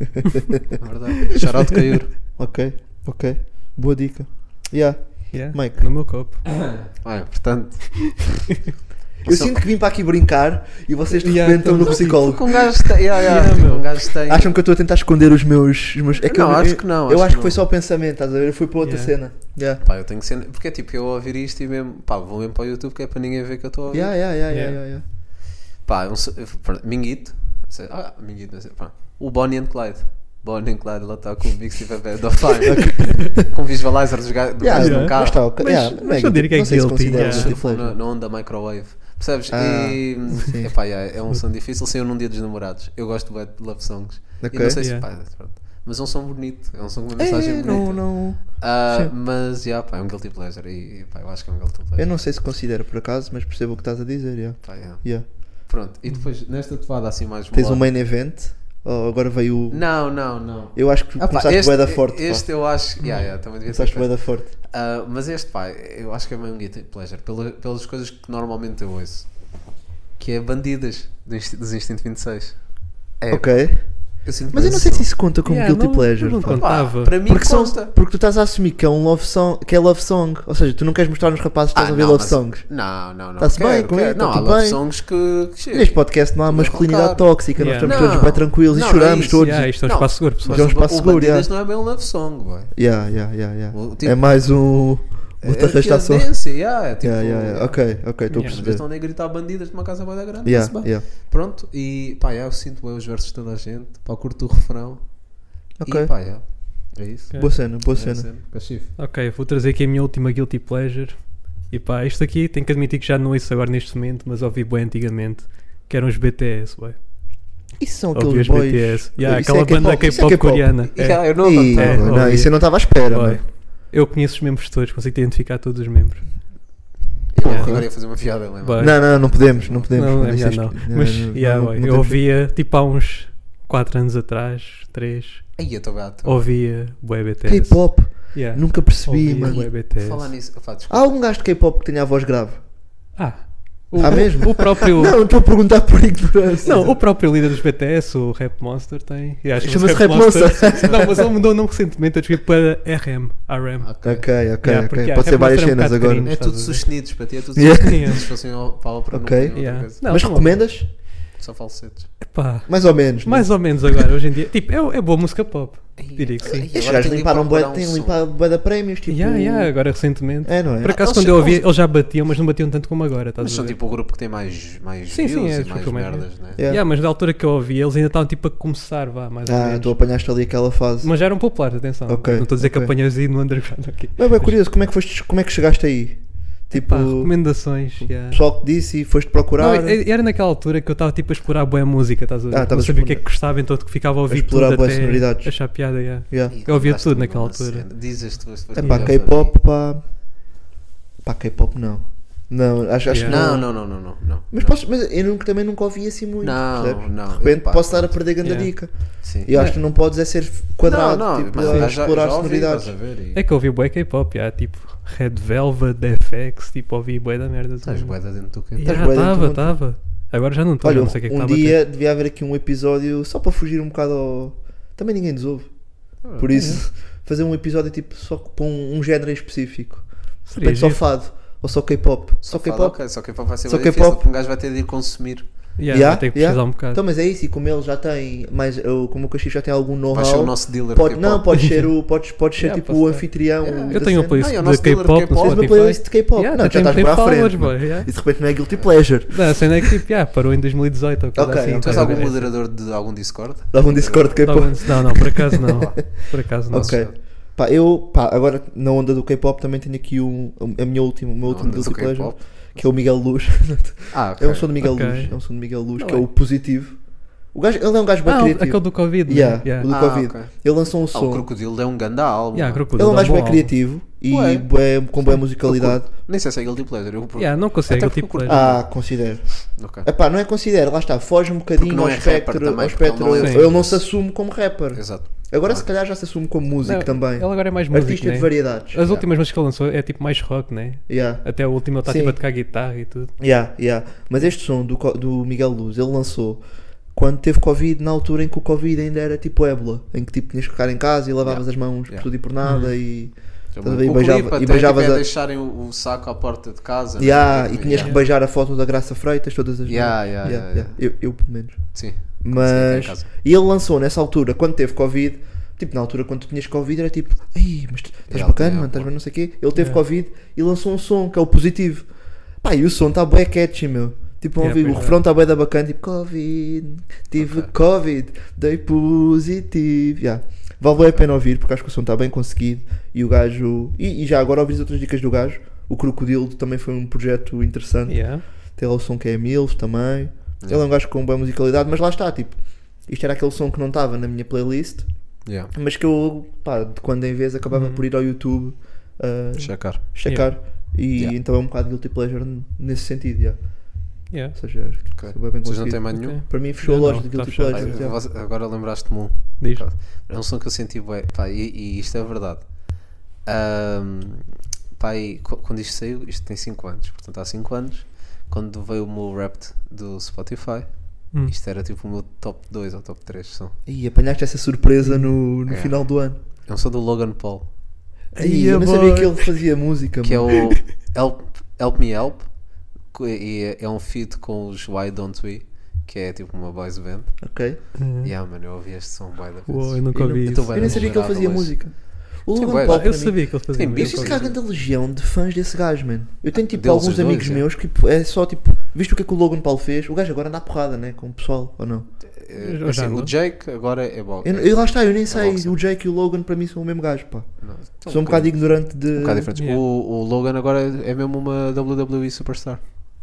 [SPEAKER 6] é verdade. Shout-out Caiuro.
[SPEAKER 5] Ok, ok. Boa dica. Yeah.
[SPEAKER 7] Yeah.
[SPEAKER 5] Mike.
[SPEAKER 7] No meu copo.
[SPEAKER 6] Ah, portanto,
[SPEAKER 5] Eu sinto que vim para aqui brincar e vocês de
[SPEAKER 7] Yeah, então
[SPEAKER 5] repente estão no
[SPEAKER 7] estamos-
[SPEAKER 5] psicólogo.
[SPEAKER 6] Um gajo tem. Yeah, yeah,
[SPEAKER 7] Yeah,
[SPEAKER 6] tipo,
[SPEAKER 7] meu.
[SPEAKER 6] um gajo tem.
[SPEAKER 5] Acham que eu estou a tentar esconder os meus. Os meus... É que
[SPEAKER 6] Não,
[SPEAKER 5] eu,
[SPEAKER 6] acho
[SPEAKER 5] eu-
[SPEAKER 6] que
[SPEAKER 5] Eu
[SPEAKER 6] não, acho
[SPEAKER 5] acho,
[SPEAKER 6] que
[SPEAKER 5] que,
[SPEAKER 6] não.
[SPEAKER 5] foi só o pensamento, estás a ver? Eu fui para outra
[SPEAKER 7] Yeah.
[SPEAKER 5] cena. Yeah.
[SPEAKER 6] Pá, eu tenho que ser. Porque é tipo, eu a ouvir isto e mesmo. Pá, vou mesmo para o YouTube que é para ninguém ver que eu estou a ouvir.
[SPEAKER 5] Yeah, yeah, yeah, yeah,
[SPEAKER 7] Yeah.
[SPEAKER 5] yeah, yeah.
[SPEAKER 6] Pá, um, se- pronto, Minguito. Sei- Ah, Minguito, não sei. Pá. O Bonnie and Clyde. Bonnie and Clyde, lá está com o Big Steve Bad of Time. oh, com o visualizer dos ga- do
[SPEAKER 5] Yeah,
[SPEAKER 6] gajo
[SPEAKER 5] yeah.
[SPEAKER 6] no carro. tipo,
[SPEAKER 5] Mas tá, ok.
[SPEAKER 7] Mas-
[SPEAKER 5] Yeah,
[SPEAKER 7] mas
[SPEAKER 5] não é
[SPEAKER 7] eu diria que é
[SPEAKER 5] não sei se
[SPEAKER 7] guilty,
[SPEAKER 5] consideras
[SPEAKER 7] yeah.
[SPEAKER 5] Guilty pleasure.
[SPEAKER 6] na, na onda microwave. Percebes?
[SPEAKER 5] Ah,
[SPEAKER 6] e
[SPEAKER 5] sim.
[SPEAKER 6] epá, yeah, é um som difícil, saiu num dia dos namorados. Eu gosto bué de love songs.
[SPEAKER 5] Ok.
[SPEAKER 6] E não sei se,
[SPEAKER 7] Yeah.
[SPEAKER 6] pá, pronto. Mas é um som bonito, é um som com uma mensagem
[SPEAKER 5] É,
[SPEAKER 6] bonita.
[SPEAKER 5] não, não.
[SPEAKER 6] Ah,
[SPEAKER 5] Sim.
[SPEAKER 6] mas yeah, pá, é um guilty pleasure. E, pá, eu acho que é um guilty pleasure.
[SPEAKER 5] Eu não sei se considero por acaso, mas percebo o que estás a dizer. Yeah.
[SPEAKER 6] Pá, Tá, yeah.
[SPEAKER 5] Yeah.
[SPEAKER 6] Pronto, e
[SPEAKER 7] Hum.
[SPEAKER 6] depois nesta toada assim mais
[SPEAKER 5] Tens um
[SPEAKER 6] molada-
[SPEAKER 5] main event, oh, agora veio o.
[SPEAKER 6] Não, não, não.
[SPEAKER 5] Eu acho que
[SPEAKER 6] Ah, pá,
[SPEAKER 5] começaste
[SPEAKER 6] este,
[SPEAKER 5] bué da forte. pá.
[SPEAKER 6] Este é um eu acho. Yeah, yeah, também devia
[SPEAKER 5] Começaste
[SPEAKER 6] ter
[SPEAKER 5] bué
[SPEAKER 6] feito.
[SPEAKER 5] da forte.
[SPEAKER 6] Ah, mas este, pá, eu acho que é meio um guilty pleasure. pela- pelas coisas que normalmente eu ouço. Que é Bandidas, do Insti- dos Instinto 26. É,
[SPEAKER 5] Ok.
[SPEAKER 6] Eu sinto assim.
[SPEAKER 5] Mas eu não sei se isso conta como
[SPEAKER 7] Yeah,
[SPEAKER 5] guilty
[SPEAKER 7] não-
[SPEAKER 5] pleasure.
[SPEAKER 7] não
[SPEAKER 5] pá.
[SPEAKER 7] conta.
[SPEAKER 6] Pá,
[SPEAKER 7] contava.
[SPEAKER 6] para mim
[SPEAKER 5] Porque, são,
[SPEAKER 6] consta.
[SPEAKER 5] porque tu estás a assumir que é um love song, que é love song. Ou seja, tu não queres mostrar nos rapazes que estás a ver
[SPEAKER 6] Ah, não,
[SPEAKER 5] love
[SPEAKER 6] mas-
[SPEAKER 5] songs.
[SPEAKER 6] Não, não, não.
[SPEAKER 5] Tá-se
[SPEAKER 6] Quero,
[SPEAKER 5] bem com
[SPEAKER 6] quero.
[SPEAKER 5] ele,
[SPEAKER 6] Não,
[SPEAKER 5] tá
[SPEAKER 6] há
[SPEAKER 5] tudo
[SPEAKER 6] love
[SPEAKER 5] bem.
[SPEAKER 6] songs que, que chegam.
[SPEAKER 5] Neste podcast não há
[SPEAKER 6] Não,
[SPEAKER 5] masculinidade
[SPEAKER 6] claro.
[SPEAKER 5] tóxica,
[SPEAKER 7] Yeah.
[SPEAKER 5] nós estamos
[SPEAKER 6] Não.
[SPEAKER 5] todos bem tranquilos
[SPEAKER 6] Não,
[SPEAKER 5] e
[SPEAKER 6] não é
[SPEAKER 5] choramos
[SPEAKER 6] isso.
[SPEAKER 5] todos.
[SPEAKER 7] Yeah, isto é um
[SPEAKER 6] Não,
[SPEAKER 7] espaço seguro, pessoal.
[SPEAKER 6] Mas
[SPEAKER 5] é um
[SPEAKER 6] o,
[SPEAKER 5] espaço
[SPEAKER 6] o
[SPEAKER 5] seguro,
[SPEAKER 6] Bandidas
[SPEAKER 5] já.
[SPEAKER 6] não é bem um love song, boy.
[SPEAKER 5] Yeah, yeah, yeah, yeah.
[SPEAKER 6] O tipo-
[SPEAKER 5] É mais um. O
[SPEAKER 6] É
[SPEAKER 5] terrastre só.
[SPEAKER 6] dance, yeah, é tipo,
[SPEAKER 5] Yeah, yeah, yeah. Ok, ok, estou a
[SPEAKER 7] Yeah.
[SPEAKER 6] Eles estão
[SPEAKER 5] perceber.
[SPEAKER 6] ali a gritar bandidas de uma casa bem grande.
[SPEAKER 5] Yeah,
[SPEAKER 6] tá-se bem.
[SPEAKER 5] yeah.
[SPEAKER 6] Pronto, e pá, yeah, eu sinto bem os versos de toda a gente. Pá, curto o refrão.
[SPEAKER 5] Ok.
[SPEAKER 6] E pá, yeah, é isso.
[SPEAKER 7] Ok.
[SPEAKER 5] Boa cena, boa
[SPEAKER 6] É a
[SPEAKER 5] cena.
[SPEAKER 6] cena. Cachifo.
[SPEAKER 7] Ok, vou trazer aqui a minha última Guilty Pleasure. E pá, isto aqui tenho que admitir que já não ouço agora neste momento, mas ouvi bem antigamente. Que eram os BTS, ué.
[SPEAKER 5] Isso são
[SPEAKER 7] Ouvi
[SPEAKER 5] aqueles
[SPEAKER 7] os
[SPEAKER 5] boys.
[SPEAKER 7] BTS. Yeah,
[SPEAKER 5] Isso
[SPEAKER 7] aquela
[SPEAKER 5] é
[SPEAKER 7] banda
[SPEAKER 5] K-pop, isso é
[SPEAKER 7] K-pop
[SPEAKER 5] K-pop.
[SPEAKER 7] coreana.
[SPEAKER 6] E,
[SPEAKER 7] É,
[SPEAKER 6] cara, eu não
[SPEAKER 5] Ih,
[SPEAKER 6] cantava.
[SPEAKER 7] É,
[SPEAKER 5] não,
[SPEAKER 7] ouvi.
[SPEAKER 5] isso eu não estava à espera,
[SPEAKER 7] ué.
[SPEAKER 5] mano.
[SPEAKER 7] Eu conheço os membros todos, consigo identificar todos os membros.
[SPEAKER 6] Eu
[SPEAKER 7] Yeah.
[SPEAKER 6] agora ia fazer uma piada, lembra?
[SPEAKER 7] Bem,
[SPEAKER 5] Não, não, não podemos, não podemos.
[SPEAKER 7] não,
[SPEAKER 5] mano,
[SPEAKER 7] é
[SPEAKER 5] isso
[SPEAKER 7] melhor não.
[SPEAKER 5] est-
[SPEAKER 7] Mas,
[SPEAKER 5] não,
[SPEAKER 7] yeah,
[SPEAKER 5] não,
[SPEAKER 7] ué,
[SPEAKER 5] não
[SPEAKER 7] eu
[SPEAKER 5] temos-
[SPEAKER 7] ouvia tipo há uns 4 anos atrás, 3,
[SPEAKER 6] Aí eu estou gato.
[SPEAKER 7] ouvia bué BTS.
[SPEAKER 5] Tá. K-pop,
[SPEAKER 7] Yeah.
[SPEAKER 5] nunca percebi,
[SPEAKER 7] ouvia
[SPEAKER 5] mano.
[SPEAKER 7] bué BTS.
[SPEAKER 6] Falar nisso, pá, desculpa.
[SPEAKER 5] Há algum gajo de K-pop que tenha a voz grave?
[SPEAKER 7] Ah, o,
[SPEAKER 5] Há mesmo?
[SPEAKER 7] o próprio...
[SPEAKER 5] Não, estou a perguntar por ignorância.
[SPEAKER 7] Não, o próprio líder dos BTS, o Rap Monster, tem. Yeah,
[SPEAKER 5] Chama-se Rap Monster.
[SPEAKER 7] não, mas ele mudou o nome recentemente, eu descobri para RM. RM.
[SPEAKER 6] Ok.
[SPEAKER 5] Ok, ok,
[SPEAKER 7] Yeah,
[SPEAKER 5] ok.
[SPEAKER 7] porque, yeah,
[SPEAKER 5] Pode
[SPEAKER 7] é
[SPEAKER 5] ser várias
[SPEAKER 7] mostrar um
[SPEAKER 5] cenas
[SPEAKER 7] bocado
[SPEAKER 5] agora.
[SPEAKER 7] carinho.
[SPEAKER 6] É tudo
[SPEAKER 7] Estás a ver?
[SPEAKER 6] sustenidos para ti, é tudo
[SPEAKER 5] Yeah.
[SPEAKER 6] sustenidos. Se fossem ao- para a ópera, não
[SPEAKER 5] Ok.
[SPEAKER 6] tinham outra
[SPEAKER 7] Yeah.
[SPEAKER 6] coisa.
[SPEAKER 7] Não,
[SPEAKER 5] Mas
[SPEAKER 7] não,
[SPEAKER 5] recomendas?
[SPEAKER 6] Só falsetes.
[SPEAKER 7] Pá,
[SPEAKER 5] Mais ou menos. né?
[SPEAKER 7] mais ou menos agora, hoje em dia. Tipo, é, é boa música pop. Diria que sim.
[SPEAKER 6] Ai,
[SPEAKER 5] Estes gajos
[SPEAKER 6] agora tenho de
[SPEAKER 5] limparam
[SPEAKER 6] procurar
[SPEAKER 5] bué,
[SPEAKER 6] um
[SPEAKER 5] têm
[SPEAKER 6] som.
[SPEAKER 5] limpado bué da prémios, tipo...
[SPEAKER 7] Yeah, yeah, agora recentemente.
[SPEAKER 5] É, não é?
[SPEAKER 7] Por acaso,
[SPEAKER 6] eles-
[SPEAKER 7] quando eu ouvi,
[SPEAKER 6] eles-
[SPEAKER 7] eles já batiam, mas não batiam tanto como agora, estás
[SPEAKER 6] Mas
[SPEAKER 7] a
[SPEAKER 6] são
[SPEAKER 7] ver?
[SPEAKER 6] tipo o grupo que tem mais, mais
[SPEAKER 7] Sim, sim,
[SPEAKER 6] views
[SPEAKER 7] é,
[SPEAKER 6] e mais
[SPEAKER 7] tipo, mais-
[SPEAKER 6] merdas, né?
[SPEAKER 5] Yeah.
[SPEAKER 7] Yeah, mas da altura que eu ouvi, eles ainda estavam tipo a começar, vá, mais ou
[SPEAKER 5] Ah,
[SPEAKER 7] menos.
[SPEAKER 5] tu apanhaste ali aquela fase.
[SPEAKER 7] Mas já eram populares, atenção.
[SPEAKER 5] Ok,
[SPEAKER 7] não estou a dizer que
[SPEAKER 5] ok.
[SPEAKER 7] apanhas aí no underground aqui.
[SPEAKER 5] Mas bem curioso, como é que, foste, como é que chegaste aí? Tipo,
[SPEAKER 7] Pá, recomendações.
[SPEAKER 5] o
[SPEAKER 7] yeah.
[SPEAKER 5] pessoal que disse e foste procurar...
[SPEAKER 7] Não, é- e- era naquela altura que eu estava tipo a explorar boa música, estás a ver?
[SPEAKER 5] Ah,
[SPEAKER 7] não
[SPEAKER 5] estavas a
[SPEAKER 7] sabia o que é que
[SPEAKER 5] explorar.
[SPEAKER 7] gostava, então eu ficava a ouvir
[SPEAKER 5] explorar
[SPEAKER 7] tudo
[SPEAKER 5] bué
[SPEAKER 7] até
[SPEAKER 5] sonoridades.
[SPEAKER 7] achar piada, yeah.
[SPEAKER 5] yeah.
[SPEAKER 6] Ih,
[SPEAKER 7] Eu ouvia
[SPEAKER 6] mandaste-me
[SPEAKER 7] tudo naquela
[SPEAKER 6] uma
[SPEAKER 7] altura.
[SPEAKER 6] cena. Diz as tuas
[SPEAKER 5] É
[SPEAKER 6] depois
[SPEAKER 5] pá,
[SPEAKER 6] tu já
[SPEAKER 5] K-pop, pá... Pá, K-pop não. Não, acho, acho
[SPEAKER 7] Yeah.
[SPEAKER 5] que
[SPEAKER 6] sabes. Não, não, não, não, não. não.
[SPEAKER 5] Mas,
[SPEAKER 6] não.
[SPEAKER 5] posso, mas eu nunca- também nunca ouvi assim muito.
[SPEAKER 6] Não,
[SPEAKER 5] percebes?
[SPEAKER 6] não.
[SPEAKER 5] De repente
[SPEAKER 6] Epá,
[SPEAKER 5] posso estar a
[SPEAKER 6] pronto.
[SPEAKER 5] perder grande
[SPEAKER 7] Yeah.
[SPEAKER 5] dica.
[SPEAKER 6] Sim.
[SPEAKER 5] E acho que não podes é ser quadrado,
[SPEAKER 6] não, não,
[SPEAKER 5] tipo,
[SPEAKER 6] mas
[SPEAKER 5] a
[SPEAKER 6] eu já-
[SPEAKER 5] explorar
[SPEAKER 6] já ouvi,
[SPEAKER 5] sonoridades.
[SPEAKER 6] estás a ver, e-
[SPEAKER 7] É que eu ouvi bué K-pop, yeah, tipo Red Velvet, FX, tipo ouvi bué da merda.
[SPEAKER 6] Estás
[SPEAKER 7] também.
[SPEAKER 6] bué da dentro do K-pop.
[SPEAKER 7] Yeah,
[SPEAKER 5] estás bué dentro
[SPEAKER 7] tava,
[SPEAKER 5] do-
[SPEAKER 7] tava. Agora já não estou,
[SPEAKER 5] Olha,
[SPEAKER 7] não sei o que é que
[SPEAKER 5] um
[SPEAKER 7] estava.
[SPEAKER 5] dia devia haver aqui um episódio só para fugir um bocado ao. Também ninguém nos ouve. Por
[SPEAKER 7] é
[SPEAKER 5] isso, fazer um episódio tipo só para um, um género em específico. De repente só fado. Ou só K-pop. Só
[SPEAKER 6] Fala,
[SPEAKER 5] K-pop.
[SPEAKER 6] ok, Só K-pop vai ser
[SPEAKER 5] Só
[SPEAKER 6] bem difícil,
[SPEAKER 5] K-pop.
[SPEAKER 6] porque um gajo vai ter de ir consumir.
[SPEAKER 7] Yeah,
[SPEAKER 5] Yeah,
[SPEAKER 7] vou ter que
[SPEAKER 5] yeah.
[SPEAKER 7] precisar um bocado.
[SPEAKER 5] Então, mas é isso. E como ele já tem. Mas como o Caxias já tem algum
[SPEAKER 6] Vai ser o
[SPEAKER 5] know-how.
[SPEAKER 6] nosso dealer
[SPEAKER 5] Pode,
[SPEAKER 6] de
[SPEAKER 5] não,
[SPEAKER 6] K-pop.
[SPEAKER 5] pode ser, o, podes, podes ser
[SPEAKER 7] Yeah,
[SPEAKER 5] tipo assim,
[SPEAKER 7] posso
[SPEAKER 5] o
[SPEAKER 7] dar.
[SPEAKER 5] anfitrião.
[SPEAKER 6] Yeah.
[SPEAKER 5] da
[SPEAKER 7] eu tenho uma
[SPEAKER 5] cena.
[SPEAKER 7] playlist
[SPEAKER 6] Ah, é o
[SPEAKER 7] de
[SPEAKER 6] nosso dealer de
[SPEAKER 7] K-pop
[SPEAKER 6] K-pop.
[SPEAKER 5] Tens
[SPEAKER 7] no
[SPEAKER 5] uma
[SPEAKER 7] Spotify.
[SPEAKER 5] playlist de K-pop. tipo,
[SPEAKER 7] Yeah,
[SPEAKER 5] não, já
[SPEAKER 7] tenho
[SPEAKER 5] estás
[SPEAKER 7] três
[SPEAKER 5] para a
[SPEAKER 7] followers,
[SPEAKER 5] frente.
[SPEAKER 7] boy,
[SPEAKER 5] mano.
[SPEAKER 7] yeah.
[SPEAKER 5] E de repente não é guilty pleasure.
[SPEAKER 7] Não, a cena é que tipo, yeah, parou em 2018 ou coisa
[SPEAKER 5] Ok,
[SPEAKER 7] assim.
[SPEAKER 5] ok.
[SPEAKER 6] Tu és
[SPEAKER 7] estás a
[SPEAKER 6] algum
[SPEAKER 7] ver?
[SPEAKER 6] moderador de algum Discord?
[SPEAKER 5] Dá um Discord de
[SPEAKER 7] Não,
[SPEAKER 5] K-pop.
[SPEAKER 7] antes- Tá Não, não, por acaso não. Por acaso não.
[SPEAKER 5] Ok. Pá, eu, pá, agora na onda do K-pop também tenho aqui um, a minha última, o meu último
[SPEAKER 6] Ondas do
[SPEAKER 5] guilty pleasure,
[SPEAKER 6] K-pop?
[SPEAKER 5] que é o Miguel Luz.
[SPEAKER 6] Ah,
[SPEAKER 5] É
[SPEAKER 6] ok.
[SPEAKER 5] um som do Miguel
[SPEAKER 7] Ok.
[SPEAKER 5] Luz, é um som do Miguel Luz,
[SPEAKER 7] Não
[SPEAKER 5] que é
[SPEAKER 7] é.
[SPEAKER 5] o positivo. O gajo, ele é um gajo bem
[SPEAKER 7] Ah,
[SPEAKER 5] criativo.
[SPEAKER 7] aquele do Covid. né?
[SPEAKER 5] Yeah,
[SPEAKER 7] Yeah.
[SPEAKER 5] o do
[SPEAKER 6] Ah,
[SPEAKER 5] Covid.
[SPEAKER 6] ok.
[SPEAKER 5] Ele lançou um
[SPEAKER 6] Ah, o
[SPEAKER 5] som.
[SPEAKER 6] Crocodilo é um ganda álbum.
[SPEAKER 7] Yeah,
[SPEAKER 5] Ele
[SPEAKER 7] Crocodile,
[SPEAKER 5] é um
[SPEAKER 7] dá
[SPEAKER 5] gajo
[SPEAKER 7] bom
[SPEAKER 5] bem
[SPEAKER 7] álbum.
[SPEAKER 5] criativo e
[SPEAKER 6] Ué.
[SPEAKER 5] bué- com boa musicalidade.
[SPEAKER 6] Nem sei se é Guilty Pleasure. Eu,
[SPEAKER 7] Yeah, não consegue,
[SPEAKER 6] Até
[SPEAKER 7] eu
[SPEAKER 6] porque
[SPEAKER 7] tipo.
[SPEAKER 6] o
[SPEAKER 7] pleasure.
[SPEAKER 5] Ah, considero.
[SPEAKER 6] Ok.
[SPEAKER 5] Epá, não é considero, lá está, foge um bocadinho
[SPEAKER 6] não
[SPEAKER 5] ao
[SPEAKER 6] é rapper
[SPEAKER 5] espectro.
[SPEAKER 6] também,
[SPEAKER 5] ao
[SPEAKER 6] porque ele
[SPEAKER 5] espectro
[SPEAKER 6] não é
[SPEAKER 5] ele,
[SPEAKER 7] rapper.
[SPEAKER 5] não se assume como rapper.
[SPEAKER 6] Exato.
[SPEAKER 5] Agora se calhar já se assume como músico
[SPEAKER 7] Não,
[SPEAKER 5] também.
[SPEAKER 7] Ele agora é mais músico.
[SPEAKER 5] Artista de
[SPEAKER 7] Né?
[SPEAKER 5] variedades.
[SPEAKER 7] As últimas músicas que ele lançou é tipo mais rock, né?
[SPEAKER 5] Yeah.
[SPEAKER 7] Até a última está
[SPEAKER 5] Sim.
[SPEAKER 7] tipo a tocar guitarra e tudo.
[SPEAKER 5] Yeah, yeah. Mas este som do, co- do Miguel Luz, ele lançou quando teve Covid, na altura em que o Covid ainda era tipo ébola, em que tipo tinhas que ficar em casa e lavavas as mãos por
[SPEAKER 6] Yeah.
[SPEAKER 5] tudo e por nada e Estás a ver? E
[SPEAKER 6] o
[SPEAKER 5] beijava-
[SPEAKER 6] clipe
[SPEAKER 5] e
[SPEAKER 6] até tipo,
[SPEAKER 5] beijavas
[SPEAKER 6] é
[SPEAKER 5] a-
[SPEAKER 6] deixarem o, o saco à porta de casa. né?
[SPEAKER 5] Yeah,
[SPEAKER 6] Tipo,
[SPEAKER 5] e tinhas que
[SPEAKER 6] yeah.
[SPEAKER 5] beijar a foto da Graça Freitas todas as
[SPEAKER 6] Yeah,
[SPEAKER 5] vezes.
[SPEAKER 6] yeah, yeah,
[SPEAKER 5] Eu, eu, pelo menos.
[SPEAKER 6] Sim.
[SPEAKER 5] Mas.
[SPEAKER 6] Sim, tem em casa.
[SPEAKER 5] e ele lançou nessa altura, quando teve Covid, tipo, na altura quando tu tinhas Covid era tipo, ei, mas tu- estás
[SPEAKER 6] Yeah,
[SPEAKER 5] bacana,
[SPEAKER 6] yeah,
[SPEAKER 5] mano, estás
[SPEAKER 6] pô.
[SPEAKER 5] bem, não sei o quê. Ele teve
[SPEAKER 7] Yeah.
[SPEAKER 5] Covid e lançou um som que é o positivo. Pá, e o som está bem catchy, meu. Tipo, vão
[SPEAKER 7] Yeah,
[SPEAKER 5] ouvir, o
[SPEAKER 7] pois é.
[SPEAKER 5] refrão está bem da bacana, tipo, Covid, tive
[SPEAKER 6] Ok.
[SPEAKER 5] Covid, dei positivo. Yeah. Valeu a pena ouvir, porque acho que o som está bem conseguido e o gajo. E, e já agora ouvis outras dicas do gajo. O Crocodilo também foi um projeto interessante.
[SPEAKER 7] Yeah.
[SPEAKER 5] Tem lá o som que é Mills também. Ele é um gajo com boa musicalidade, mas lá está, tipo, isto era aquele som que não estava na minha playlist,
[SPEAKER 6] Yeah.
[SPEAKER 5] mas que eu, pá, de quando em vez acabava por ir ao YouTube ah,
[SPEAKER 6] Checar.
[SPEAKER 5] checar. E
[SPEAKER 6] Uhum. Yeah.
[SPEAKER 5] então é um bocado guilty pleasure n- nesse sentido, yeah.
[SPEAKER 7] Yeah.
[SPEAKER 5] ou seja, acho que foi
[SPEAKER 6] Ok.
[SPEAKER 5] bem
[SPEAKER 6] Vocês não
[SPEAKER 5] conseguido.
[SPEAKER 6] têm mais nenhum?
[SPEAKER 7] Ok.
[SPEAKER 5] Para mim fechou
[SPEAKER 7] Não,
[SPEAKER 5] a loja
[SPEAKER 7] não,
[SPEAKER 5] de
[SPEAKER 7] tá
[SPEAKER 5] guilty
[SPEAKER 7] fechado.
[SPEAKER 6] Ai,
[SPEAKER 5] pleasures. yeah.
[SPEAKER 6] você- Agora lembraste-me um.
[SPEAKER 7] Diz.
[SPEAKER 6] É um som que eu senti bué, pá, e, e isto é verdade. Ahm, pá, e co- quando isto saiu, isto tem 5 anos, portanto há 5 anos, quando veio o meu rap do Spotify,
[SPEAKER 7] Hum.
[SPEAKER 6] isto era tipo o meu top 2 ou top 3 som.
[SPEAKER 5] E apanhaste essa surpresa no, no
[SPEAKER 6] Yeah.
[SPEAKER 5] final do ano.
[SPEAKER 6] É um som do Logan Paul,
[SPEAKER 5] Aí eu não sabia que ele fazia música,
[SPEAKER 6] que é
[SPEAKER 5] mano.
[SPEAKER 6] o Help, Help Me Help, que- e é- é um feat com os Why Don't We, que é tipo uma boys band.
[SPEAKER 5] Ok.
[SPEAKER 6] Yeah, mano, eu ouvi este som bué da vez.
[SPEAKER 7] É. Hum. Uou, eu nunca ouvi
[SPEAKER 6] Eu tô
[SPEAKER 7] isso.
[SPEAKER 6] bué
[SPEAKER 5] Eu nem
[SPEAKER 6] da
[SPEAKER 5] sabia que ele
[SPEAKER 6] vulnerável
[SPEAKER 5] fazia
[SPEAKER 6] a isso.
[SPEAKER 5] música. O
[SPEAKER 6] Sim,
[SPEAKER 5] Logan
[SPEAKER 6] bué,
[SPEAKER 5] Paul,
[SPEAKER 6] eu
[SPEAKER 5] para
[SPEAKER 7] Eu
[SPEAKER 5] mim-
[SPEAKER 7] sabia que ele fazia
[SPEAKER 6] Tem
[SPEAKER 7] mas
[SPEAKER 5] Bicho,
[SPEAKER 6] bichos
[SPEAKER 7] eu
[SPEAKER 5] isso
[SPEAKER 7] nunca
[SPEAKER 5] é
[SPEAKER 7] ouvi.
[SPEAKER 5] grande legião de fãs desse gajo, mano. Eu tenho tipo
[SPEAKER 6] Deles
[SPEAKER 5] alguns
[SPEAKER 6] os dois,
[SPEAKER 5] amigos
[SPEAKER 6] é.
[SPEAKER 5] meus que pô, é só tipo, visto o que é que o Logan Paul fez, o gajo agora anda à porrada, né? Com o pessoal, ou não?
[SPEAKER 6] Eh,
[SPEAKER 7] Eu já
[SPEAKER 6] assim, o
[SPEAKER 7] não.
[SPEAKER 6] Jake agora é bom.
[SPEAKER 5] Eu, eu lá está, eu nem sei.
[SPEAKER 6] boxer.
[SPEAKER 5] O Jake e o Logan para mim são o mesmo gajo, pá. Sou um bocado ignorante de
[SPEAKER 6] Um bocado diferente.
[SPEAKER 7] Yeah.
[SPEAKER 6] O, o Logan agora é mesmo uma WWE Superstar.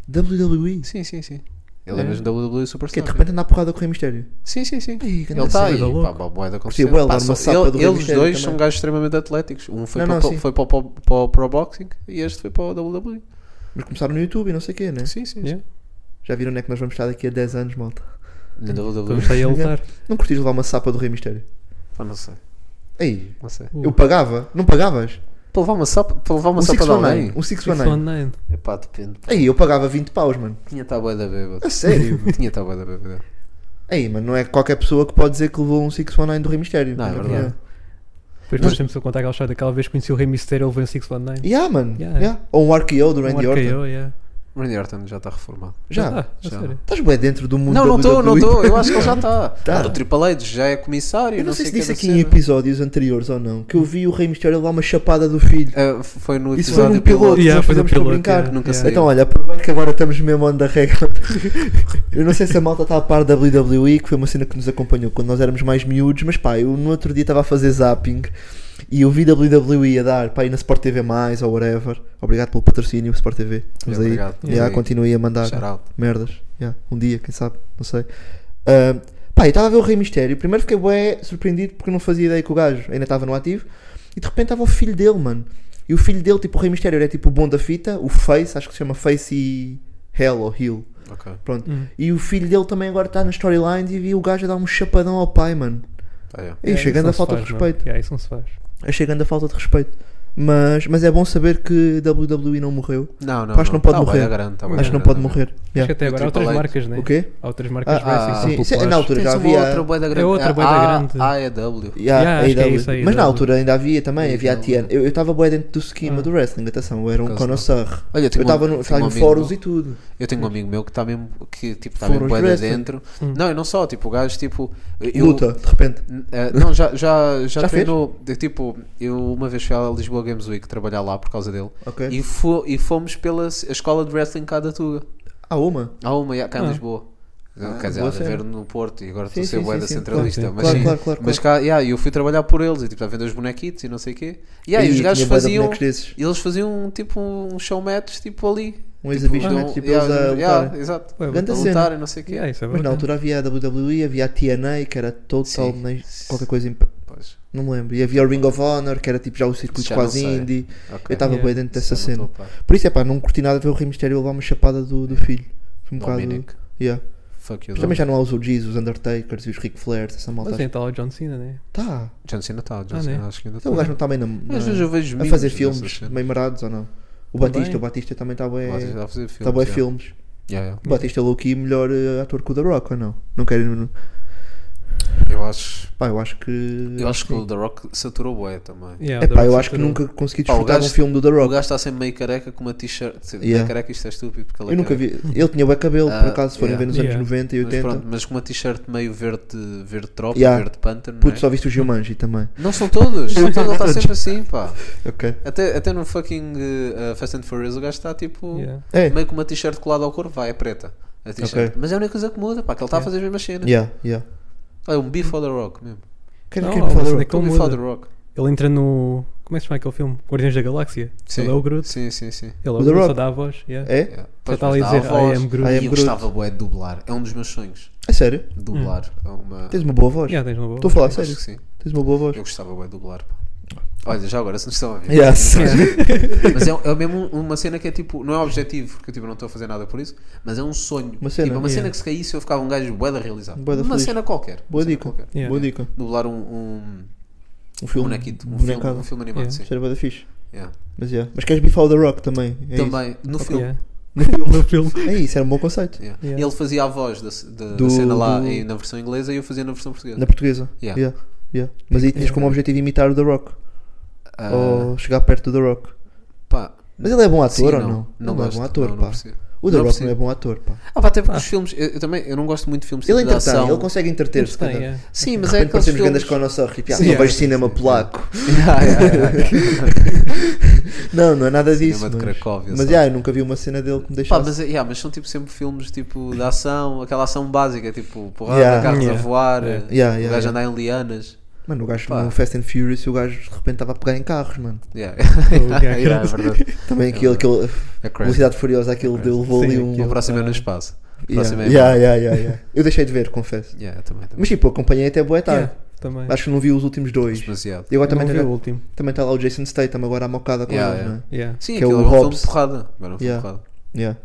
[SPEAKER 5] WWE.
[SPEAKER 6] Sim, sim, sim. Ele é,
[SPEAKER 7] É.
[SPEAKER 6] mesmo WWE
[SPEAKER 5] Que
[SPEAKER 6] Superstar.
[SPEAKER 5] de repente anda à porrada com o Rei Mistério.
[SPEAKER 6] Sim, sim, sim.
[SPEAKER 5] Ih, que
[SPEAKER 6] ele está aí.
[SPEAKER 5] cena.
[SPEAKER 6] Pá, pá, bué da
[SPEAKER 5] Curtia
[SPEAKER 6] consistência.
[SPEAKER 5] bué,
[SPEAKER 6] Pá,
[SPEAKER 5] dar uma
[SPEAKER 6] só-
[SPEAKER 5] sapa do
[SPEAKER 6] ele-
[SPEAKER 5] Rei
[SPEAKER 6] Eles
[SPEAKER 5] Mistério
[SPEAKER 6] dois
[SPEAKER 5] também.
[SPEAKER 6] são gajos extremamente atléticos. Um foi,
[SPEAKER 5] Não,
[SPEAKER 6] para,
[SPEAKER 5] não,
[SPEAKER 6] o-
[SPEAKER 5] sim.
[SPEAKER 6] foi para, o- para o- para o Pro Boxing e este foi para o WWE.
[SPEAKER 5] Mas começaram no YouTube e não sei o quê, né?
[SPEAKER 6] Sim, sim. sim.
[SPEAKER 7] Yeah.
[SPEAKER 5] Já viram onde é que nós vamos estar daqui a 10 anos, malta?
[SPEAKER 6] Na
[SPEAKER 7] Vamos
[SPEAKER 6] WWE.
[SPEAKER 7] sair Então, a lutar.
[SPEAKER 5] Não curtis levar uma sapa do Rei Mistério?
[SPEAKER 6] Pá, não sei.
[SPEAKER 5] Aí,
[SPEAKER 6] Não sei.
[SPEAKER 7] Uh,
[SPEAKER 5] eu pagava? Não pagavas?
[SPEAKER 6] Para levar uma sapa, para levar uma
[SPEAKER 5] um
[SPEAKER 6] sapa de
[SPEAKER 5] 619.
[SPEAKER 6] alguém.
[SPEAKER 5] Um
[SPEAKER 7] Six One
[SPEAKER 5] 619.
[SPEAKER 7] Nine.
[SPEAKER 6] Epá, depende.
[SPEAKER 5] Aí, eu pagava 20 paus, mano.
[SPEAKER 6] Tinha tabué da bêbada.
[SPEAKER 5] A É sério?
[SPEAKER 6] Tinha tabué da bêbada.
[SPEAKER 5] Aí, mano, não é qualquer pessoa que pode dizer que levou um 619 do Rei Mistério.
[SPEAKER 6] Não, é
[SPEAKER 5] Yeah.
[SPEAKER 6] verdade.
[SPEAKER 7] Depois nós temos a contar aquela história. Aquela vez que conheci o Rei Mysterio, ele veio em Six One Nine.
[SPEAKER 5] Yeah, mano.
[SPEAKER 7] Yeah.
[SPEAKER 6] é.
[SPEAKER 5] yeah. Ou um RKO do Randy
[SPEAKER 7] Um
[SPEAKER 5] Orton.
[SPEAKER 7] RKO, yeah.
[SPEAKER 6] Randy Orton já está reformado.
[SPEAKER 5] Já.
[SPEAKER 7] Ah, a
[SPEAKER 6] já.
[SPEAKER 7] sério.
[SPEAKER 5] Estás bem dentro do mundo
[SPEAKER 6] Não, não estou, não
[SPEAKER 5] WWE.
[SPEAKER 6] estou. Eu acho que ele já está.
[SPEAKER 5] Tá.
[SPEAKER 6] O Triple H já é comissário.
[SPEAKER 5] Eu não, sei, se disse aqui em
[SPEAKER 6] em
[SPEAKER 5] episódios anteriores ou não,
[SPEAKER 6] Hum.
[SPEAKER 5] que eu vi o Rei Mistério levar uma chapada do filho.
[SPEAKER 6] É, Foi no
[SPEAKER 5] Isso foi
[SPEAKER 6] episódio
[SPEAKER 5] num
[SPEAKER 6] piloto.
[SPEAKER 5] piloto,
[SPEAKER 7] Yeah,
[SPEAKER 5] nós
[SPEAKER 7] foi no
[SPEAKER 5] fizemos para
[SPEAKER 7] piloto,
[SPEAKER 5] brincar.
[SPEAKER 7] yeah,
[SPEAKER 6] Nunca
[SPEAKER 7] yeah.
[SPEAKER 6] sei.
[SPEAKER 5] Então, olha, aproveito que agora estamos mesmo onde da regra. Eu não sei se a malta está a par da WWE, que foi uma cena que nos acompanhou quando nós éramos mais miúdos, mas pá, eu no outro dia estava a fazer zapping e eu vi WWE a dar, pá, aí na Sport TV, ou whatever. Obrigado pelo patrocínio, Sport TV. Estamos
[SPEAKER 6] Yeah,
[SPEAKER 5] aí.
[SPEAKER 6] É, obrigado.
[SPEAKER 5] Yeah,
[SPEAKER 6] Estamos aí.
[SPEAKER 5] continuei a mandar
[SPEAKER 6] Shout out.
[SPEAKER 5] merdas. Yeah, um dia, quem sabe, não sei. Ah, pá, eu estava a ver o Rei Mistério. Primeiro fiquei bué surpreendido porque eu não fazia ideia que o gajo ainda estava no ativo. E de repente estava o filho dele, mano. E o filho dele, tipo, o Rei Mistério era tipo o bom da fita, o Face, acho que se chama Face e Hell ou Hill.
[SPEAKER 6] Ok.
[SPEAKER 5] Pronto.
[SPEAKER 7] Hum.
[SPEAKER 5] E o filho dele também agora está na storyline e vi o gajo a dar um chapadão ao pai, mano.
[SPEAKER 6] Tá, yeah.
[SPEAKER 5] E
[SPEAKER 7] Yeah, isso
[SPEAKER 5] chegando
[SPEAKER 7] não
[SPEAKER 5] a
[SPEAKER 7] se
[SPEAKER 5] falta
[SPEAKER 7] faz,
[SPEAKER 5] de
[SPEAKER 7] não.
[SPEAKER 5] respeito.
[SPEAKER 7] Yeah, isso não se faz.
[SPEAKER 5] É chegando a falta de respeito. Mas, mas é bom saber que WWE não morreu.
[SPEAKER 6] Não, não.
[SPEAKER 5] Acho que não pode
[SPEAKER 6] Tá bem,
[SPEAKER 5] morrer.
[SPEAKER 6] é grande, tá bem,
[SPEAKER 5] acho
[SPEAKER 6] é
[SPEAKER 5] que não pode
[SPEAKER 6] grande, é grande.
[SPEAKER 5] morrer.
[SPEAKER 7] Acho que
[SPEAKER 5] Yeah.
[SPEAKER 7] até agora há
[SPEAKER 6] O
[SPEAKER 7] outras
[SPEAKER 6] Triple H.
[SPEAKER 7] marcas, né?
[SPEAKER 5] O quê?
[SPEAKER 7] Há outras marcas
[SPEAKER 5] Ah,
[SPEAKER 7] wrestling.
[SPEAKER 5] ah,
[SPEAKER 7] são
[SPEAKER 5] sim, sim,
[SPEAKER 7] populares.
[SPEAKER 5] na altura
[SPEAKER 6] Tens
[SPEAKER 5] já
[SPEAKER 6] uma
[SPEAKER 5] havia.
[SPEAKER 6] outra bué da grande. Ah, é
[SPEAKER 7] É outra bué da
[SPEAKER 6] A-
[SPEAKER 7] grande.
[SPEAKER 6] A- AEW.
[SPEAKER 5] Yeah,
[SPEAKER 7] Yeah,
[SPEAKER 5] a
[SPEAKER 7] acho que é
[SPEAKER 5] AEW.
[SPEAKER 7] isso, a
[SPEAKER 5] Mas na
[SPEAKER 7] AEW.
[SPEAKER 5] altura ainda havia também, havia a
[SPEAKER 6] AEW.
[SPEAKER 5] TN. Eu estava bem dentro do esquema
[SPEAKER 7] Ah.
[SPEAKER 5] do wrestling, atenção, eu era um
[SPEAKER 6] um Por acaso não.
[SPEAKER 5] connoisseur.
[SPEAKER 6] Olha,
[SPEAKER 5] Eu
[SPEAKER 6] tenho
[SPEAKER 5] estava
[SPEAKER 6] um-
[SPEAKER 5] no,
[SPEAKER 6] tenho
[SPEAKER 5] estava
[SPEAKER 6] um
[SPEAKER 5] em
[SPEAKER 6] amigo
[SPEAKER 5] fóruns
[SPEAKER 6] meu-
[SPEAKER 5] e tudo.
[SPEAKER 6] Eu tenho um amigo meu que está mesmo, que tipo, está
[SPEAKER 5] Fóruns
[SPEAKER 6] mesmo bué da
[SPEAKER 5] wrestling.
[SPEAKER 6] dentro. Não, e não só, tipo, o gajo, tipo... eu-
[SPEAKER 5] Luta, de repente.
[SPEAKER 6] N- eh, não, já, já, já,
[SPEAKER 5] Já fez?
[SPEAKER 6] treinou. de- Tipo, eu uma vez fui à Lisboa Games Week trabalhar lá por causa dele.
[SPEAKER 5] Ok.
[SPEAKER 6] E, fo- e fomos pela s- a escola de wrestling cá da Tuga.
[SPEAKER 5] Há Ah, uma.
[SPEAKER 6] Há uma já, cá em
[SPEAKER 7] Ah.
[SPEAKER 6] Lisboa. Quer dizer, há
[SPEAKER 5] boa
[SPEAKER 6] de
[SPEAKER 5] cena.
[SPEAKER 6] haver no Porto e agora
[SPEAKER 5] Sim,
[SPEAKER 6] estou a ser
[SPEAKER 5] sim,
[SPEAKER 6] bué
[SPEAKER 5] sim,
[SPEAKER 6] da
[SPEAKER 5] sim,
[SPEAKER 6] centralista.
[SPEAKER 7] claro,
[SPEAKER 6] mas
[SPEAKER 5] claro,
[SPEAKER 6] sim,
[SPEAKER 5] claro, claro,
[SPEAKER 6] mas cá, já, eu fui trabalhar por eles e tipo, a vender os bonequitos e não sei o quê. Yeah, e
[SPEAKER 5] Ih,
[SPEAKER 6] os
[SPEAKER 5] tinha bué
[SPEAKER 6] gajos
[SPEAKER 5] de
[SPEAKER 6] faziam.
[SPEAKER 5] bonecos desses.
[SPEAKER 6] Eles faziam tipo um show match tipo ali.
[SPEAKER 5] Um exibition
[SPEAKER 6] dão-
[SPEAKER 5] match, tipo,
[SPEAKER 6] yeah,
[SPEAKER 5] eles a
[SPEAKER 6] yeah,
[SPEAKER 5] lutarem.
[SPEAKER 6] Exato.
[SPEAKER 7] Ué,
[SPEAKER 5] Ganda
[SPEAKER 6] A
[SPEAKER 5] cena.
[SPEAKER 6] lutar e não sei o quê.
[SPEAKER 7] yeah, isso é
[SPEAKER 5] Mas na
[SPEAKER 7] bacana.
[SPEAKER 5] altura havia a WWE, havia a TNA, que era Total,
[SPEAKER 6] Sim.
[SPEAKER 5] Na- qualquer coisa, em-
[SPEAKER 6] Pois,
[SPEAKER 5] não me lembro. E havia o Ring of Honor, que era tipo já o circuito
[SPEAKER 6] Já não
[SPEAKER 5] quase
[SPEAKER 6] sei.
[SPEAKER 5] indie.
[SPEAKER 6] ok.
[SPEAKER 5] Eu estava
[SPEAKER 7] Yeah.
[SPEAKER 5] bem dentro dessa
[SPEAKER 6] Isso é
[SPEAKER 5] cena.
[SPEAKER 6] muito opaco.
[SPEAKER 5] Por isso é pá, não curti nada ver o Rei Mistério levar uma chapada do, do filho. Foi um bocado.
[SPEAKER 6] Dominic.
[SPEAKER 5] Yeah.
[SPEAKER 6] Fuck you,
[SPEAKER 5] Mas também
[SPEAKER 6] Dominic.
[SPEAKER 5] já
[SPEAKER 6] é.
[SPEAKER 5] não há os OGs, os Undertakers e os Ric Flairs, essa malta.
[SPEAKER 7] Mas tem tal o John Cena, né?
[SPEAKER 5] Tá.
[SPEAKER 6] John Cena está, John
[SPEAKER 7] Ah,
[SPEAKER 6] Cena
[SPEAKER 7] né?
[SPEAKER 6] acho que ainda
[SPEAKER 5] Então o gajo
[SPEAKER 6] está.
[SPEAKER 5] não está bem na,
[SPEAKER 6] Às vezes
[SPEAKER 5] na,
[SPEAKER 6] eu vejo
[SPEAKER 5] a
[SPEAKER 6] memes
[SPEAKER 5] fazer
[SPEAKER 6] dessas
[SPEAKER 5] filmes
[SPEAKER 6] cenas.
[SPEAKER 5] meio marados ou não? O
[SPEAKER 7] Também.
[SPEAKER 5] Batista, o Batista também tá está bem.
[SPEAKER 6] Tá O Batista está a fazer
[SPEAKER 5] Está
[SPEAKER 6] filmes.
[SPEAKER 5] bem
[SPEAKER 6] yeah.
[SPEAKER 5] filmes.
[SPEAKER 6] Yeah, yeah.
[SPEAKER 5] O Batista é louco e melhor eh, ator que o The Rock ou não? Não quero. Não,
[SPEAKER 6] Eu acho,
[SPEAKER 5] Pá, eu acho que.
[SPEAKER 6] eu acho que
[SPEAKER 5] sim.
[SPEAKER 6] o The Rock saturou bué também.
[SPEAKER 7] Yeah,
[SPEAKER 5] É
[SPEAKER 7] The
[SPEAKER 5] pá,
[SPEAKER 7] Rock
[SPEAKER 5] eu acho que
[SPEAKER 7] saturou.
[SPEAKER 5] nunca consegui
[SPEAKER 6] Pá, o
[SPEAKER 5] desfrutar de um
[SPEAKER 6] gajo-
[SPEAKER 5] filme do The
[SPEAKER 6] O
[SPEAKER 5] Rock.
[SPEAKER 6] gajo está sempre meio careca com uma t-shirt. Sim,
[SPEAKER 5] Yeah.
[SPEAKER 6] Meio careca, isto é estúpido. Porque ele é
[SPEAKER 5] Eu nunca
[SPEAKER 6] careca.
[SPEAKER 5] vi. Ele tinha bué cabelo, por
[SPEAKER 6] Ah,
[SPEAKER 5] acaso, se forem
[SPEAKER 6] yeah.
[SPEAKER 5] ver nos
[SPEAKER 7] Yeah.
[SPEAKER 5] anos 90 e
[SPEAKER 6] Mas,
[SPEAKER 5] 80.
[SPEAKER 6] pronto, mas com uma t-shirt meio verde, verde tropa,
[SPEAKER 5] Yeah.
[SPEAKER 6] verde pântano. não é?
[SPEAKER 5] Puto, só viste o Gilmanji também.
[SPEAKER 6] Não são todos, são todos, ele está sempre assim, pá.
[SPEAKER 5] Ok.
[SPEAKER 6] Até, até no fucking eh, eh, Fast and Furious o gajo está tipo
[SPEAKER 7] Yeah.
[SPEAKER 5] É.
[SPEAKER 6] meio com uma t-shirt colada ao corpo, vai, é preta. A t-shirt.
[SPEAKER 5] Ok.
[SPEAKER 6] Mas é a única coisa que muda, pá, que ele está a fazer as mesmas cenas.
[SPEAKER 5] Yeah, yeah.
[SPEAKER 6] Olha, um Beef on the Rock mesmo.
[SPEAKER 5] Quem
[SPEAKER 7] Não,
[SPEAKER 5] quem
[SPEAKER 7] há uma
[SPEAKER 5] me falou?
[SPEAKER 7] cena É que
[SPEAKER 6] um
[SPEAKER 7] ele
[SPEAKER 6] Beef on the
[SPEAKER 7] muda.
[SPEAKER 6] Rock.
[SPEAKER 7] Ele entra no. Como é que se chama aquele filme? Guardiões da Galáxia.
[SPEAKER 6] Sim.
[SPEAKER 7] Ele é o Groot.
[SPEAKER 6] Sim, sim, sim.
[SPEAKER 7] Ele é
[SPEAKER 5] O
[SPEAKER 7] o
[SPEAKER 5] The
[SPEAKER 7] Groot, só
[SPEAKER 5] Rock.
[SPEAKER 7] dá a voz. Yeah.
[SPEAKER 5] É?
[SPEAKER 6] Yeah.
[SPEAKER 7] Só
[SPEAKER 6] Pois,
[SPEAKER 7] está ali
[SPEAKER 6] mas
[SPEAKER 7] a
[SPEAKER 6] dá
[SPEAKER 7] dizer
[SPEAKER 6] voz.
[SPEAKER 7] I am Groot.
[SPEAKER 5] I
[SPEAKER 6] E
[SPEAKER 5] am
[SPEAKER 6] eu
[SPEAKER 5] Groot.
[SPEAKER 6] gostava bué de dublar. É um dos meus sonhos.
[SPEAKER 5] É sério?
[SPEAKER 6] Dublar. É uma...
[SPEAKER 5] Hum. Tens uma boa voz.
[SPEAKER 7] Yeah, tens uma boa
[SPEAKER 5] Estou a
[SPEAKER 7] voz.
[SPEAKER 5] falar sério.
[SPEAKER 6] Acho que sim.
[SPEAKER 5] Tens uma boa voz.
[SPEAKER 6] Eu gostava bué de dublar, pá. Olha, já agora, se nos estão a ver.
[SPEAKER 5] Yes.
[SPEAKER 6] Mas é, é mesmo uma cena que é tipo, não é objetivo, porque eu tipo, não estou a fazer nada por isso, mas é um sonho.
[SPEAKER 5] Uma cena,
[SPEAKER 6] tipo, uma cena
[SPEAKER 7] yeah.
[SPEAKER 6] que se caísse eu ficava um gajo bué da realizado.
[SPEAKER 5] Bué da
[SPEAKER 6] uma
[SPEAKER 5] feliz.
[SPEAKER 6] cena qualquer. uma
[SPEAKER 5] Boa
[SPEAKER 6] cena
[SPEAKER 5] dica.
[SPEAKER 6] qualquer.
[SPEAKER 7] Yeah.
[SPEAKER 5] Boa dica.
[SPEAKER 6] Dublar um, um,
[SPEAKER 5] Um filme.
[SPEAKER 6] bonequito, um filme,
[SPEAKER 5] bonecado.
[SPEAKER 6] um filme animado,
[SPEAKER 7] Yeah.
[SPEAKER 6] sim.
[SPEAKER 5] Será bué da fixe.
[SPEAKER 6] Yeah.
[SPEAKER 5] Mas yeah. Mas queres bifar o The Rock também? É
[SPEAKER 6] Também, no filme.
[SPEAKER 7] Yeah. No filme.
[SPEAKER 5] Isso. É isso, era um bom conceito.
[SPEAKER 6] yeah.
[SPEAKER 7] Yeah.
[SPEAKER 6] Ele fazia a voz da, da- da
[SPEAKER 5] Do-
[SPEAKER 6] cena lá
[SPEAKER 5] do-
[SPEAKER 6] em- na versão inglesa e eu fazia na versão portuguesa.
[SPEAKER 5] Na portuguesa.
[SPEAKER 6] Yeah.
[SPEAKER 5] Yeah, yeah. Mas aí tinhas
[SPEAKER 7] Yeah.
[SPEAKER 5] como objetivo imitar o The Rock.
[SPEAKER 6] Ah,
[SPEAKER 5] Ou chegar perto do The Rock.
[SPEAKER 6] pá,
[SPEAKER 5] Mas ele é bom
[SPEAKER 6] sim,
[SPEAKER 5] ator ou
[SPEAKER 6] não,
[SPEAKER 5] não?
[SPEAKER 6] não
[SPEAKER 5] ele é
[SPEAKER 6] gosto,
[SPEAKER 5] bom ator,
[SPEAKER 6] não, não
[SPEAKER 5] pá.
[SPEAKER 6] percebo.
[SPEAKER 5] o The Rock
[SPEAKER 6] Não
[SPEAKER 5] não
[SPEAKER 6] percebo.
[SPEAKER 5] é bom ator, pá.
[SPEAKER 6] Ah, pá, até porque os filmes, eu, eu também eu não gosto muito de filmes
[SPEAKER 5] Ele
[SPEAKER 6] tipo de
[SPEAKER 5] entretém,
[SPEAKER 6] ação.
[SPEAKER 5] ele consegue entreter, se
[SPEAKER 7] Tem,
[SPEAKER 5] calhar.
[SPEAKER 7] yeah.
[SPEAKER 6] Sim,
[SPEAKER 5] De
[SPEAKER 6] mas é
[SPEAKER 5] repente
[SPEAKER 6] aqueles
[SPEAKER 5] parecemos
[SPEAKER 6] filmes...
[SPEAKER 5] grandes com a nossa ripiá.
[SPEAKER 6] Sim,
[SPEAKER 5] Não vejo
[SPEAKER 6] sim,
[SPEAKER 5] cinema
[SPEAKER 6] sim.
[SPEAKER 5] polaco.
[SPEAKER 6] Yeah, yeah, yeah, yeah.
[SPEAKER 5] Não, não é nada disso.
[SPEAKER 6] de
[SPEAKER 5] mas
[SPEAKER 6] Cracóvia,
[SPEAKER 5] mas
[SPEAKER 6] sabe?
[SPEAKER 5] yeah, eu nunca vi uma cena dele que me
[SPEAKER 6] Pá,
[SPEAKER 5] deixasse.
[SPEAKER 6] mas, é- yeah, mas são tipo sempre filmes tipo de ação, aquela ação básica, tipo porrada,
[SPEAKER 5] Yeah.
[SPEAKER 6] carros
[SPEAKER 7] Yeah.
[SPEAKER 6] a voar,
[SPEAKER 7] Yeah.
[SPEAKER 6] eh,
[SPEAKER 5] Yeah,
[SPEAKER 6] o
[SPEAKER 5] yeah,
[SPEAKER 6] gajo
[SPEAKER 5] yeah.
[SPEAKER 6] andar em lianas.
[SPEAKER 5] Mano, o gajo
[SPEAKER 6] Pá.
[SPEAKER 5] no Fast and Furious, o gajo de repente estava a pegar em carros, mano.
[SPEAKER 6] Yeah.
[SPEAKER 7] Oh, yeah,
[SPEAKER 6] Yeah, é verdade.
[SPEAKER 5] Também aquilo, aquele
[SPEAKER 6] É crazy.
[SPEAKER 5] velocidade furiosa, aquilo deu, levou
[SPEAKER 7] Sim,
[SPEAKER 5] ali um.
[SPEAKER 6] O próximo é no espaço. O próximo
[SPEAKER 5] Yeah.
[SPEAKER 6] é.
[SPEAKER 5] Yeah, yeah, yeah, yeah. Eu deixei de ver, confesso.
[SPEAKER 6] Yeah, eu também, também.
[SPEAKER 5] Mas tipo, acompanhei até boa tarde.
[SPEAKER 7] Yeah, Também.
[SPEAKER 5] Acho que não vi os últimos dois.
[SPEAKER 6] Demasiado.
[SPEAKER 5] E agora
[SPEAKER 7] Eu não
[SPEAKER 5] também
[SPEAKER 7] vi
[SPEAKER 5] está
[SPEAKER 7] o último.
[SPEAKER 5] também tá lá o Jason Statham agora à mocada com
[SPEAKER 6] Yeah,
[SPEAKER 5] ele,
[SPEAKER 6] yeah.
[SPEAKER 5] não
[SPEAKER 7] Yeah.
[SPEAKER 6] Sim,
[SPEAKER 5] que é
[SPEAKER 6] aquilo
[SPEAKER 5] o
[SPEAKER 6] é um filme
[SPEAKER 5] Hobbs.
[SPEAKER 6] de porrada. Agora é um filme de
[SPEAKER 5] Yeah.
[SPEAKER 6] porrada.
[SPEAKER 5] é? Yeah.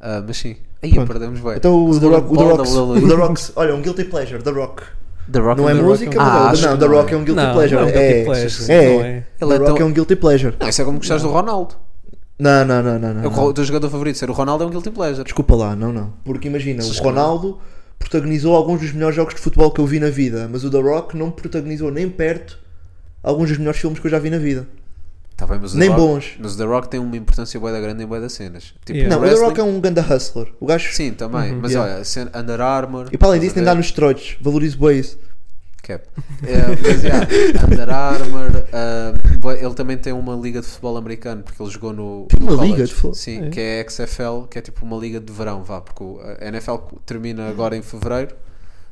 [SPEAKER 6] Ah, mas sim. Aí
[SPEAKER 5] Pronto.
[SPEAKER 6] perdemos bem.
[SPEAKER 5] Então o The Rock, o The Rock, o The
[SPEAKER 6] The
[SPEAKER 5] Rock, olha, um guilty pleasure, The Rock.
[SPEAKER 6] Rock
[SPEAKER 5] Não é
[SPEAKER 6] and The Rock
[SPEAKER 5] música,
[SPEAKER 6] um-
[SPEAKER 5] mas é-
[SPEAKER 6] Ah, acho
[SPEAKER 5] não,
[SPEAKER 6] que
[SPEAKER 5] The
[SPEAKER 6] não
[SPEAKER 5] Rock é
[SPEAKER 6] é.
[SPEAKER 5] um guilty
[SPEAKER 7] Não,
[SPEAKER 5] pleasure.
[SPEAKER 7] não é um
[SPEAKER 5] é,
[SPEAKER 7] guilty pleasure, não
[SPEAKER 5] É,
[SPEAKER 7] é.
[SPEAKER 5] The
[SPEAKER 6] Ele é
[SPEAKER 5] Rock é
[SPEAKER 6] tão-
[SPEAKER 5] um guilty pleasure.
[SPEAKER 6] Não, Isso é como gostares do Ronaldo.
[SPEAKER 5] Não, não, não, não, não.
[SPEAKER 6] É
[SPEAKER 5] não.
[SPEAKER 6] O teu jogador favorito ser o Ronaldo é um guilty pleasure.
[SPEAKER 5] Desculpa lá, não, não. Porque imagina, o
[SPEAKER 6] Vocês
[SPEAKER 5] Ronaldo protagonizou alguns dos melhores jogos de futebol que eu vi na vida, mas o The Rock não protagonizou nem perto alguns dos melhores filmes que eu já vi na vida.
[SPEAKER 6] Tá bem, mas o
[SPEAKER 5] Nem
[SPEAKER 6] The Rock-
[SPEAKER 5] bons.
[SPEAKER 6] Mas o The Rock tem uma importância bué da grande em bué das cenas. Tipo,
[SPEAKER 7] Yeah.
[SPEAKER 5] Não, o The
[SPEAKER 6] wrestling-
[SPEAKER 5] Rock é um ganda hustler. O gajo.
[SPEAKER 6] Sim, também. mas
[SPEAKER 5] yeah.
[SPEAKER 6] olha, cena- Under Armour.
[SPEAKER 5] E para além disso,
[SPEAKER 6] estás a
[SPEAKER 5] nem dá
[SPEAKER 6] ver?
[SPEAKER 5] nos trotes. Valorizo bem isso.
[SPEAKER 6] Cap. É, mas, yeah, Under Armour. ah, bué- ele também tem uma liga de futebol americano, porque ele jogou no.
[SPEAKER 5] Tem
[SPEAKER 6] no
[SPEAKER 5] uma
[SPEAKER 6] college.
[SPEAKER 5] liga de futebol?
[SPEAKER 6] Sim,
[SPEAKER 7] É.
[SPEAKER 6] que é a XFL, que é tipo uma liga de verão, vá, porque o- a NFL termina agora em fevereiro.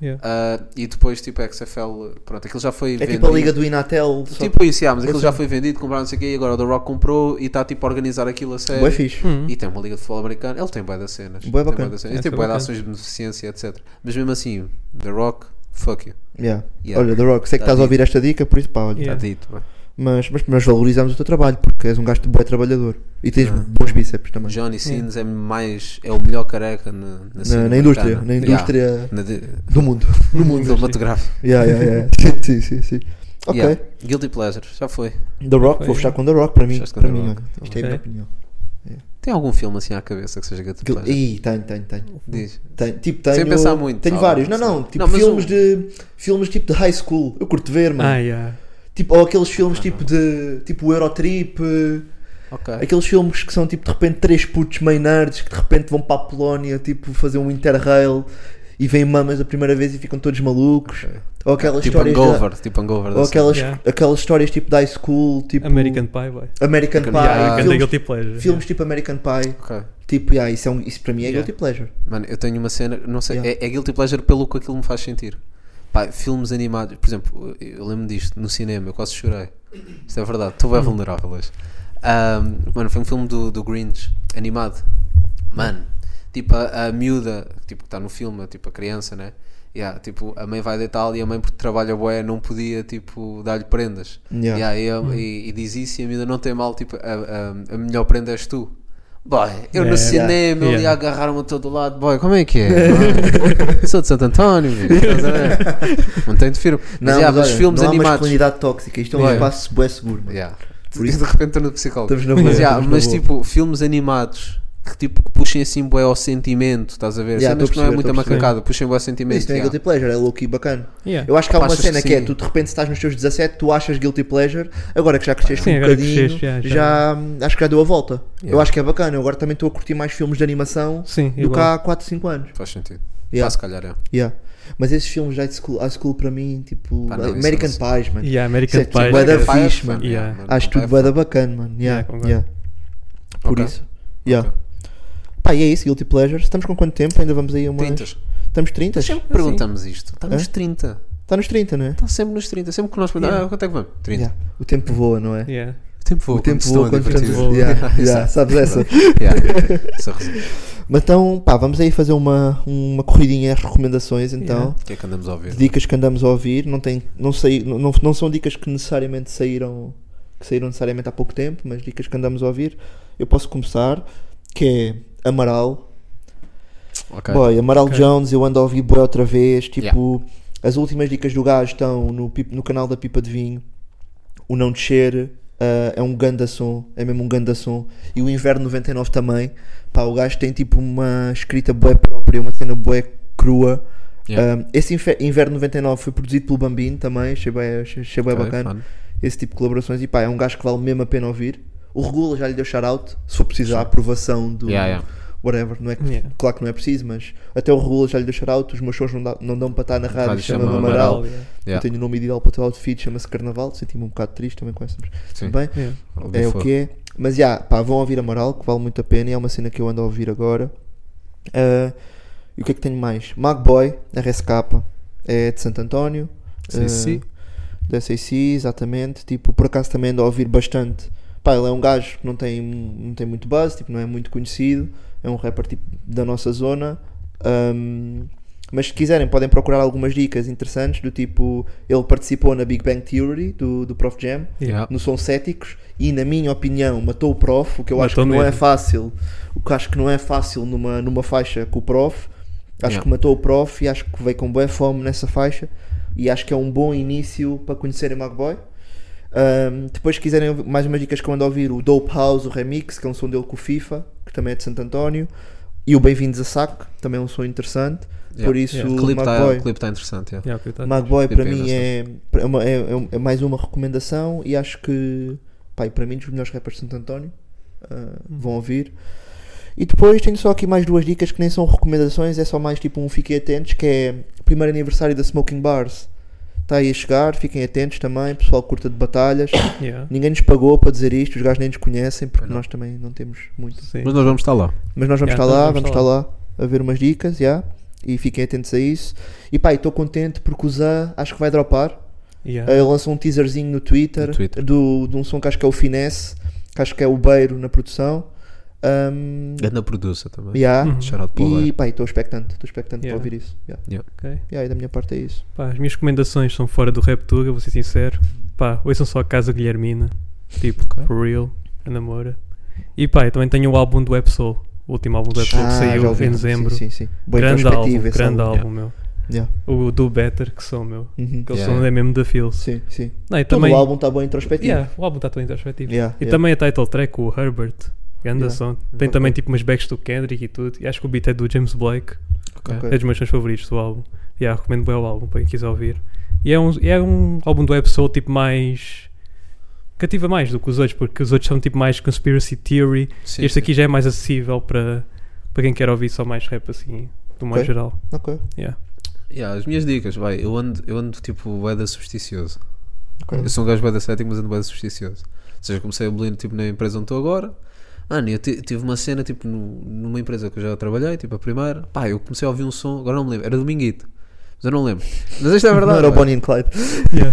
[SPEAKER 7] Yeah.
[SPEAKER 6] ah, e depois, tipo, a XFL. Pronto, aquilo já foi
[SPEAKER 5] É
[SPEAKER 6] vendido.
[SPEAKER 5] tipo a liga do Inatel. Só... é um-
[SPEAKER 6] Tipo isso, yeah, mas aquilo já foi vendido, compraram não sei o quê, e agora o The Rock comprou e está tipo a organizar aquilo a sério.
[SPEAKER 5] Bué fixe.
[SPEAKER 7] Hum.
[SPEAKER 6] E tem uma liga de futebol americano, ele tem bué das cenas.
[SPEAKER 5] Bué
[SPEAKER 6] tem
[SPEAKER 5] bacana.
[SPEAKER 6] das cenas. Ele
[SPEAKER 7] É,
[SPEAKER 6] tem
[SPEAKER 7] foi
[SPEAKER 6] bué de
[SPEAKER 7] bacana.
[SPEAKER 6] ações de beneficência, etc. Mas mesmo assim, The Rock, fuck you.
[SPEAKER 5] Yeah.
[SPEAKER 6] Yeah.
[SPEAKER 5] Olha, The Rock, sei que
[SPEAKER 6] Tá
[SPEAKER 5] estás a ouvir esta dica, por isso pá, olha.
[SPEAKER 6] Está
[SPEAKER 7] Yeah.
[SPEAKER 6] dito, bué.
[SPEAKER 5] Mas, mas nós valorizamos o teu trabalho, porque és um gajo de bom trabalhador. E tens
[SPEAKER 6] Uhum.
[SPEAKER 5] bons bíceps também.
[SPEAKER 6] Johnny Sins é mais, é o melhor careca na, assim, na,
[SPEAKER 5] Na,
[SPEAKER 6] cena
[SPEAKER 5] na indústria,
[SPEAKER 6] americana.
[SPEAKER 5] na
[SPEAKER 6] Yeah.
[SPEAKER 5] indústria
[SPEAKER 6] Na de-
[SPEAKER 5] do mundo.
[SPEAKER 6] no mundo cinematográfico.
[SPEAKER 5] yeah, yeah, yeah. sim, sim, sim, sim. Ok.
[SPEAKER 6] Yeah. Guilty Pleasure, já foi.
[SPEAKER 5] The Rock,
[SPEAKER 7] Foi.
[SPEAKER 5] vou fechar com The Rock para mim.
[SPEAKER 6] Fechaste com
[SPEAKER 5] Para
[SPEAKER 6] The
[SPEAKER 5] mim,
[SPEAKER 6] Rock. Então
[SPEAKER 5] olha. Isto é a
[SPEAKER 7] Ok.
[SPEAKER 5] minha opinião.
[SPEAKER 6] Tem algum filme assim à cabeça que seja Guilty
[SPEAKER 5] Aquilo-
[SPEAKER 6] Pleasure?
[SPEAKER 5] Ih, tenho, tenho, tenho.
[SPEAKER 6] Diz.
[SPEAKER 5] Tenho, tipo, tenho,
[SPEAKER 6] Sem pensar muito,
[SPEAKER 5] Tenho
[SPEAKER 6] tá
[SPEAKER 5] vários.
[SPEAKER 6] bem.
[SPEAKER 5] Não, não. Tipo,
[SPEAKER 6] Não, mas
[SPEAKER 5] filmes
[SPEAKER 6] um-
[SPEAKER 5] de. Filmes tipo de high school. Eu curto ver, mano.
[SPEAKER 7] Ah, yeah.
[SPEAKER 5] Tipo, ou aqueles filmes
[SPEAKER 6] Ah,
[SPEAKER 5] tipo de. Tipo o Eurotrip. eh,
[SPEAKER 6] Ok.
[SPEAKER 5] Aqueles filmes que são tipo de repente três putos meio nerds que de repente vão para a Polónia tipo fazer um interrail e vêm mamas a primeira vez e ficam todos malucos.
[SPEAKER 6] Ok.
[SPEAKER 5] Ou aquelas
[SPEAKER 6] Tipo
[SPEAKER 5] histórias. da-
[SPEAKER 6] Hangover, tipo Hangover.
[SPEAKER 5] ou
[SPEAKER 6] da cena.
[SPEAKER 5] aquelas,
[SPEAKER 7] Yeah.
[SPEAKER 5] aquelas histórias tipo de high school, tipo.
[SPEAKER 7] American Pie, vai.
[SPEAKER 5] American Pie.
[SPEAKER 6] Yeah,
[SPEAKER 7] Ganda
[SPEAKER 5] filmes,
[SPEAKER 7] Guilty Pleasure.
[SPEAKER 5] filmes tipo American Pie.
[SPEAKER 6] Ok.
[SPEAKER 5] Tipo, yeah, isso, é um, isso para mim é
[SPEAKER 7] Yeah.
[SPEAKER 5] guilty pleasure.
[SPEAKER 6] Mano, eu tenho uma cena, não sei,
[SPEAKER 5] Yeah.
[SPEAKER 6] é, é guilty pleasure pelo que aquilo me faz sentir. Pá, filmes animados, por exemplo, eu eu lembro disto no cinema, eu quase chorei. Isto é verdade, estou bem vulnerável hoje. Ahm, mano, foi um filme do, do Grinch, animado. Mano, tipo a, a miúda, tipo que está no filme, tipo a criança, né? Yeah, tipo, a mãe vai deitar e a mãe porque trabalha bué não podia, tipo, dar-lhe prendas.
[SPEAKER 5] Yeah.
[SPEAKER 6] Yeah, e, eu- e- e diz isso e a miúda não tem mal, tipo, a, a- a melhor prenda és tu. Boy, eu no
[SPEAKER 7] Yeah.
[SPEAKER 6] cinema, eu ali
[SPEAKER 7] Yeah.
[SPEAKER 6] a agarraram-me a todo lado. Boy, como é que é? Boy, Sou de Santo António, meu, estás a ver? Mantenho-te firme. Mas,
[SPEAKER 5] Não,
[SPEAKER 6] yeah,
[SPEAKER 5] mas
[SPEAKER 6] mas
[SPEAKER 5] olha,
[SPEAKER 6] filmes
[SPEAKER 5] não há uma
[SPEAKER 6] animados.
[SPEAKER 5] masculinidade tóxica. Isto é um
[SPEAKER 6] Yeah.
[SPEAKER 5] espaço bué seguro. mano.
[SPEAKER 6] Yeah.
[SPEAKER 5] Por
[SPEAKER 6] E
[SPEAKER 5] isso-
[SPEAKER 6] de repente estou no psicólogo.
[SPEAKER 5] Estamos na boa,
[SPEAKER 6] mas, yeah,
[SPEAKER 5] estamos na
[SPEAKER 6] mas
[SPEAKER 5] boa.
[SPEAKER 6] tipo, filmes animados que tipo que puxem assim bué ao sentimento, estás a ver?
[SPEAKER 5] Yeah,
[SPEAKER 6] Cenas
[SPEAKER 5] tô a
[SPEAKER 6] que não é
[SPEAKER 5] perceber,
[SPEAKER 6] muita
[SPEAKER 5] tô a perceber.
[SPEAKER 6] macacada, puxem bué ao sentimento.
[SPEAKER 5] Isso não é
[SPEAKER 6] yeah.
[SPEAKER 5] guilty pleasure, é low-key bacana.
[SPEAKER 7] Yeah.
[SPEAKER 5] Eu acho que há
[SPEAKER 6] Opa,
[SPEAKER 5] uma
[SPEAKER 6] achas
[SPEAKER 5] cena
[SPEAKER 6] que
[SPEAKER 5] que, é,
[SPEAKER 6] sim?
[SPEAKER 5] tu de repente estás nos teus 17, tu achas guilty pleasure, agora que já cresceste
[SPEAKER 7] Sim,
[SPEAKER 5] um
[SPEAKER 7] agora que
[SPEAKER 5] bocadinho,
[SPEAKER 7] cresceste, já,
[SPEAKER 5] já,
[SPEAKER 7] já.
[SPEAKER 5] hum, acho que já deu a volta.
[SPEAKER 6] Yeah.
[SPEAKER 5] Eu acho que é bacana, eu agora também estou a curtir mais filmes de animação
[SPEAKER 7] Sim,
[SPEAKER 5] do que
[SPEAKER 7] igual.
[SPEAKER 5] há 4, 5 anos.
[SPEAKER 6] Faz sentido.
[SPEAKER 5] tipo- Yeah.
[SPEAKER 6] Pá, se calhar é.
[SPEAKER 5] Yeah. Mas esses filmes de high school, high school para mim, tipo,
[SPEAKER 6] Pá, não, isso
[SPEAKER 5] American
[SPEAKER 6] eu
[SPEAKER 5] Pies, mano.
[SPEAKER 7] Yeah, American
[SPEAKER 5] Isso é tipo
[SPEAKER 7] Pie.
[SPEAKER 5] bué da
[SPEAKER 6] American Pie é
[SPEAKER 5] fixe,
[SPEAKER 6] fun,
[SPEAKER 5] mano.
[SPEAKER 6] yeah,
[SPEAKER 7] Yeah.
[SPEAKER 6] American
[SPEAKER 5] Acho
[SPEAKER 6] Pie é
[SPEAKER 5] tudo bué da
[SPEAKER 6] fun.
[SPEAKER 5] bacana, mano. Yeah,
[SPEAKER 7] Yeah, concordo.
[SPEAKER 5] yeah. Por
[SPEAKER 6] Ok.
[SPEAKER 5] isso. Yeah.
[SPEAKER 6] Ok.
[SPEAKER 5] Pá, e é isso, Guilty Pleasures. Estamos com quanto tempo? Ainda vamos aí a uma.
[SPEAKER 6] 30.
[SPEAKER 5] Estamos 30?
[SPEAKER 6] Então, Sempre perguntamos
[SPEAKER 5] assim.
[SPEAKER 6] isto. Está nos 30.
[SPEAKER 5] Está nos 30, não é?
[SPEAKER 6] Está sempre nos 30. Sempre que nós perguntamos, ah, quanto é que vamos? 30.
[SPEAKER 5] Yeah. O tempo voa, não é?
[SPEAKER 7] Yeah.
[SPEAKER 6] O tempo voa.
[SPEAKER 5] O tempo voa quando
[SPEAKER 7] divertir.
[SPEAKER 5] estamos.
[SPEAKER 7] Voa.
[SPEAKER 5] Yeah, yeah,
[SPEAKER 6] Exato.
[SPEAKER 5] sabes essa?
[SPEAKER 6] Yeah. Essa resenha.
[SPEAKER 5] Mas então, pá, vamos aí fazer uma, uma corridinha às recomendações, então.
[SPEAKER 7] Yeah.
[SPEAKER 6] O que é que andamos a ouvir?
[SPEAKER 5] Dicas que andamos a ouvir, não, tem, não, saí, não, não- não são dicas que necessariamente saíram que saíram necessariamente há pouco tempo, mas dicas que andamos a ouvir. Eu posso começar, que é Amaral,
[SPEAKER 6] Ok.
[SPEAKER 5] Boy, Amaral Jones, eu ando a ouvir boy outra vez. Tipo,
[SPEAKER 6] Yeah.
[SPEAKER 5] as últimas dicas do gajo estão no, pip- no canal da Pipa de Vinho. O Não Descer ah, é um ganda som, é mesmo um ganda som. E o Inverno 99 também. Pá, o gajo tem tipo uma escrita boé própria, uma cena boé crua.
[SPEAKER 6] Yeah.
[SPEAKER 5] Ah, esse Infer- Inverno 99 foi produzido pelo Bambino também, achei bem, achei, achei bué
[SPEAKER 6] Ok,
[SPEAKER 5] bacana.
[SPEAKER 6] fun.
[SPEAKER 5] Esse tipo de colaborações. E pá, é um gajo que vale mesmo a pena ouvir. O Regula já lhe deu shout-out, se for preciso a aprovação do,
[SPEAKER 6] Yeah, yeah.
[SPEAKER 5] whatever, não é que-
[SPEAKER 7] Yeah.
[SPEAKER 5] claro que não é preciso, mas até o Regula já lhe deu shout-out, os meus shows não, dá- não dão para estar na rádio,
[SPEAKER 6] rádio
[SPEAKER 5] chama-me
[SPEAKER 6] chama
[SPEAKER 5] Amaral.
[SPEAKER 7] Amaral, yeah.
[SPEAKER 5] Eu
[SPEAKER 6] Yeah.
[SPEAKER 5] tenho o nome ideal para o teu outfit, chama-se Carnaval, senti-me um bocado triste também com essa, mas
[SPEAKER 6] Sim.
[SPEAKER 5] tudo bem,
[SPEAKER 7] Yeah.
[SPEAKER 5] é o que é. Mas já, pá, vão ouvir Amaral, que vale muito a pena e é uma cena que eu ando a ouvir agora. Ah, e o que é que tenho mais? Magboy, RSK, é de Santo António.
[SPEAKER 6] Sim,
[SPEAKER 5] ah,
[SPEAKER 6] sim.
[SPEAKER 5] da SAC, exatamente. Tipo, por acaso também ando a ouvir bastante. Pá, ele é um gajo que não tem, não tem muito buzz, tipo, não é muito conhecido. É um rapper tipo, da nossa zona. Ahm, mas se quiserem, podem procurar algumas dicas interessantes. Do tipo, ele participou na Big Bang Theory do, do Prof Jam,
[SPEAKER 6] Yeah.
[SPEAKER 5] no Som Céticos, e na minha opinião, matou o Prof, o que eu acho que
[SPEAKER 7] Matou
[SPEAKER 5] não é
[SPEAKER 7] mesmo.
[SPEAKER 5] fácil. O que acho que não é fácil numa, numa faixa com o Prof. Acho
[SPEAKER 6] Yeah.
[SPEAKER 5] que matou o prof e acho que veio com boa fome nessa faixa e acho que é um bom início para conhecerem Magboy. Ahm, depois, se quiserem ouvir- mais umas dicas que eu ando a ouvir, o Dope House, o Remix, que é um som dele com o FIFA, que também é de Santo António, e o Bem-vindos a Saco, que também é um som interessante.
[SPEAKER 6] Yeah.
[SPEAKER 5] Por isso,
[SPEAKER 6] O
[SPEAKER 5] o
[SPEAKER 6] clipe tá
[SPEAKER 5] Magboy,
[SPEAKER 6] está interessante. yeah.
[SPEAKER 7] Yeah, ok, tá.
[SPEAKER 5] Magboy
[SPEAKER 6] clipe
[SPEAKER 5] para
[SPEAKER 6] é
[SPEAKER 5] mim é, é, uma- é- é um- é mais uma recomendação e acho que, pá, e para mim, dos melhores rappers de Santo António, ah, vão ouvir. E depois tenho só aqui mais duas dicas que nem são recomendações, é só mais tipo um fiquem atentos, que é primeiro aniversário da Smoking Bars. Está aí a chegar, fiquem atentos também, pessoal curta de batalhas.
[SPEAKER 7] Yeah.
[SPEAKER 5] Ninguém nos pagou para dizer isto, os gajos nem nos conhecem, porque nós também não temos muito.
[SPEAKER 7] Sim.
[SPEAKER 6] Mas nós vamos estar lá.
[SPEAKER 5] Mas nós
[SPEAKER 7] Yeah,
[SPEAKER 5] vamos estar
[SPEAKER 7] nós
[SPEAKER 5] lá,
[SPEAKER 7] vamos
[SPEAKER 5] vamos estar
[SPEAKER 7] estar
[SPEAKER 5] lá a ver umas dicas, já. E fiquem atentos a isso. E pá, estou contente porque o Zan acho que vai dropar.
[SPEAKER 7] Yeah.
[SPEAKER 5] Ele lançou um teaserzinho no Twitter,
[SPEAKER 6] É. No Twitter.
[SPEAKER 5] Do, de um som que acho que é o Finesse, que acho que é o Beiro na produção. Um,
[SPEAKER 6] Ganda producer também.
[SPEAKER 5] yeah.
[SPEAKER 7] Uhum.
[SPEAKER 6] Shout out para o
[SPEAKER 5] E
[SPEAKER 6] Leiro.
[SPEAKER 5] pá, estou expectante, estou expectante
[SPEAKER 7] Hum, Yeah.
[SPEAKER 5] para ouvir isso. Yeah.
[SPEAKER 7] Ok.
[SPEAKER 5] Yeah, e da minha parte é isso.
[SPEAKER 7] Pá, as minhas recomendações são fora do rap Tuga, vou ser sincero. Pá, ouçam só Casa Guilhermina. Tipo,
[SPEAKER 6] Ok.
[SPEAKER 7] for real, a namora. E pá, eu também tenho o álbum do Web Soul. O último álbum do Web Soul que
[SPEAKER 5] Ah, já
[SPEAKER 7] saiu
[SPEAKER 5] ouvi.
[SPEAKER 7] em dezembro.
[SPEAKER 5] Sim, sim, sim. Boa
[SPEAKER 7] Grande álbum,
[SPEAKER 5] introspectiva esse
[SPEAKER 7] grande
[SPEAKER 5] álbum.
[SPEAKER 7] álbum, meu.
[SPEAKER 5] Yeah.
[SPEAKER 7] O do Better, que são, meu.
[SPEAKER 5] Uhum.
[SPEAKER 7] Aquele
[SPEAKER 6] Yeah,
[SPEAKER 7] som é mesmo da Fields.
[SPEAKER 5] Sim, sim.
[SPEAKER 7] Não, e
[SPEAKER 5] Todo
[SPEAKER 7] também,
[SPEAKER 5] o álbum está bom introspectivo.
[SPEAKER 7] Yeah, o álbum está todo introspectivo.
[SPEAKER 5] Yeah,
[SPEAKER 7] e
[SPEAKER 5] yeah.
[SPEAKER 7] também a title track, o Herbert. Ganda
[SPEAKER 5] Yeah.
[SPEAKER 7] som. Tem também tipo umas backs do Kendrick e tudo. E acho que o beat é do James Blake.
[SPEAKER 6] Ok.
[SPEAKER 5] Ok.
[SPEAKER 7] É dos meus sons favoritos do álbum. Yeah, recomendo bem o álbum para quem quiser ouvir. E é um, e é um álbum do Web Soul tipo mais. cativa mais do que os outros, porque os outros são tipo mais conspiracy theory.
[SPEAKER 6] Sim,
[SPEAKER 7] este
[SPEAKER 6] sim.
[SPEAKER 7] aqui já é mais acessível para, para quem quer ouvir só mais rap assim, do mais
[SPEAKER 5] Ok.
[SPEAKER 7] geral.
[SPEAKER 6] É
[SPEAKER 5] Ok,
[SPEAKER 7] Yeah.
[SPEAKER 6] Yeah, as minhas dicas, vai, eu ando, eu ando tipo bué da supersticioso.
[SPEAKER 5] Ok.
[SPEAKER 6] Eu sou um gajo bué da cético, mas ando bué da supersticioso. Ou seja, comecei a abolir tipo, na empresa onde estou agora. Mano, eu ti- tive uma cena tipo nu- numa empresa que eu já trabalhei, tipo a primeira. Pá, eu comecei a ouvir um som, agora não me lembro, era Dominguito. Mas eu não lembro. Mas isto é
[SPEAKER 5] não
[SPEAKER 6] verdade.
[SPEAKER 5] era o
[SPEAKER 6] vai.
[SPEAKER 5] Bonnie and Clyde.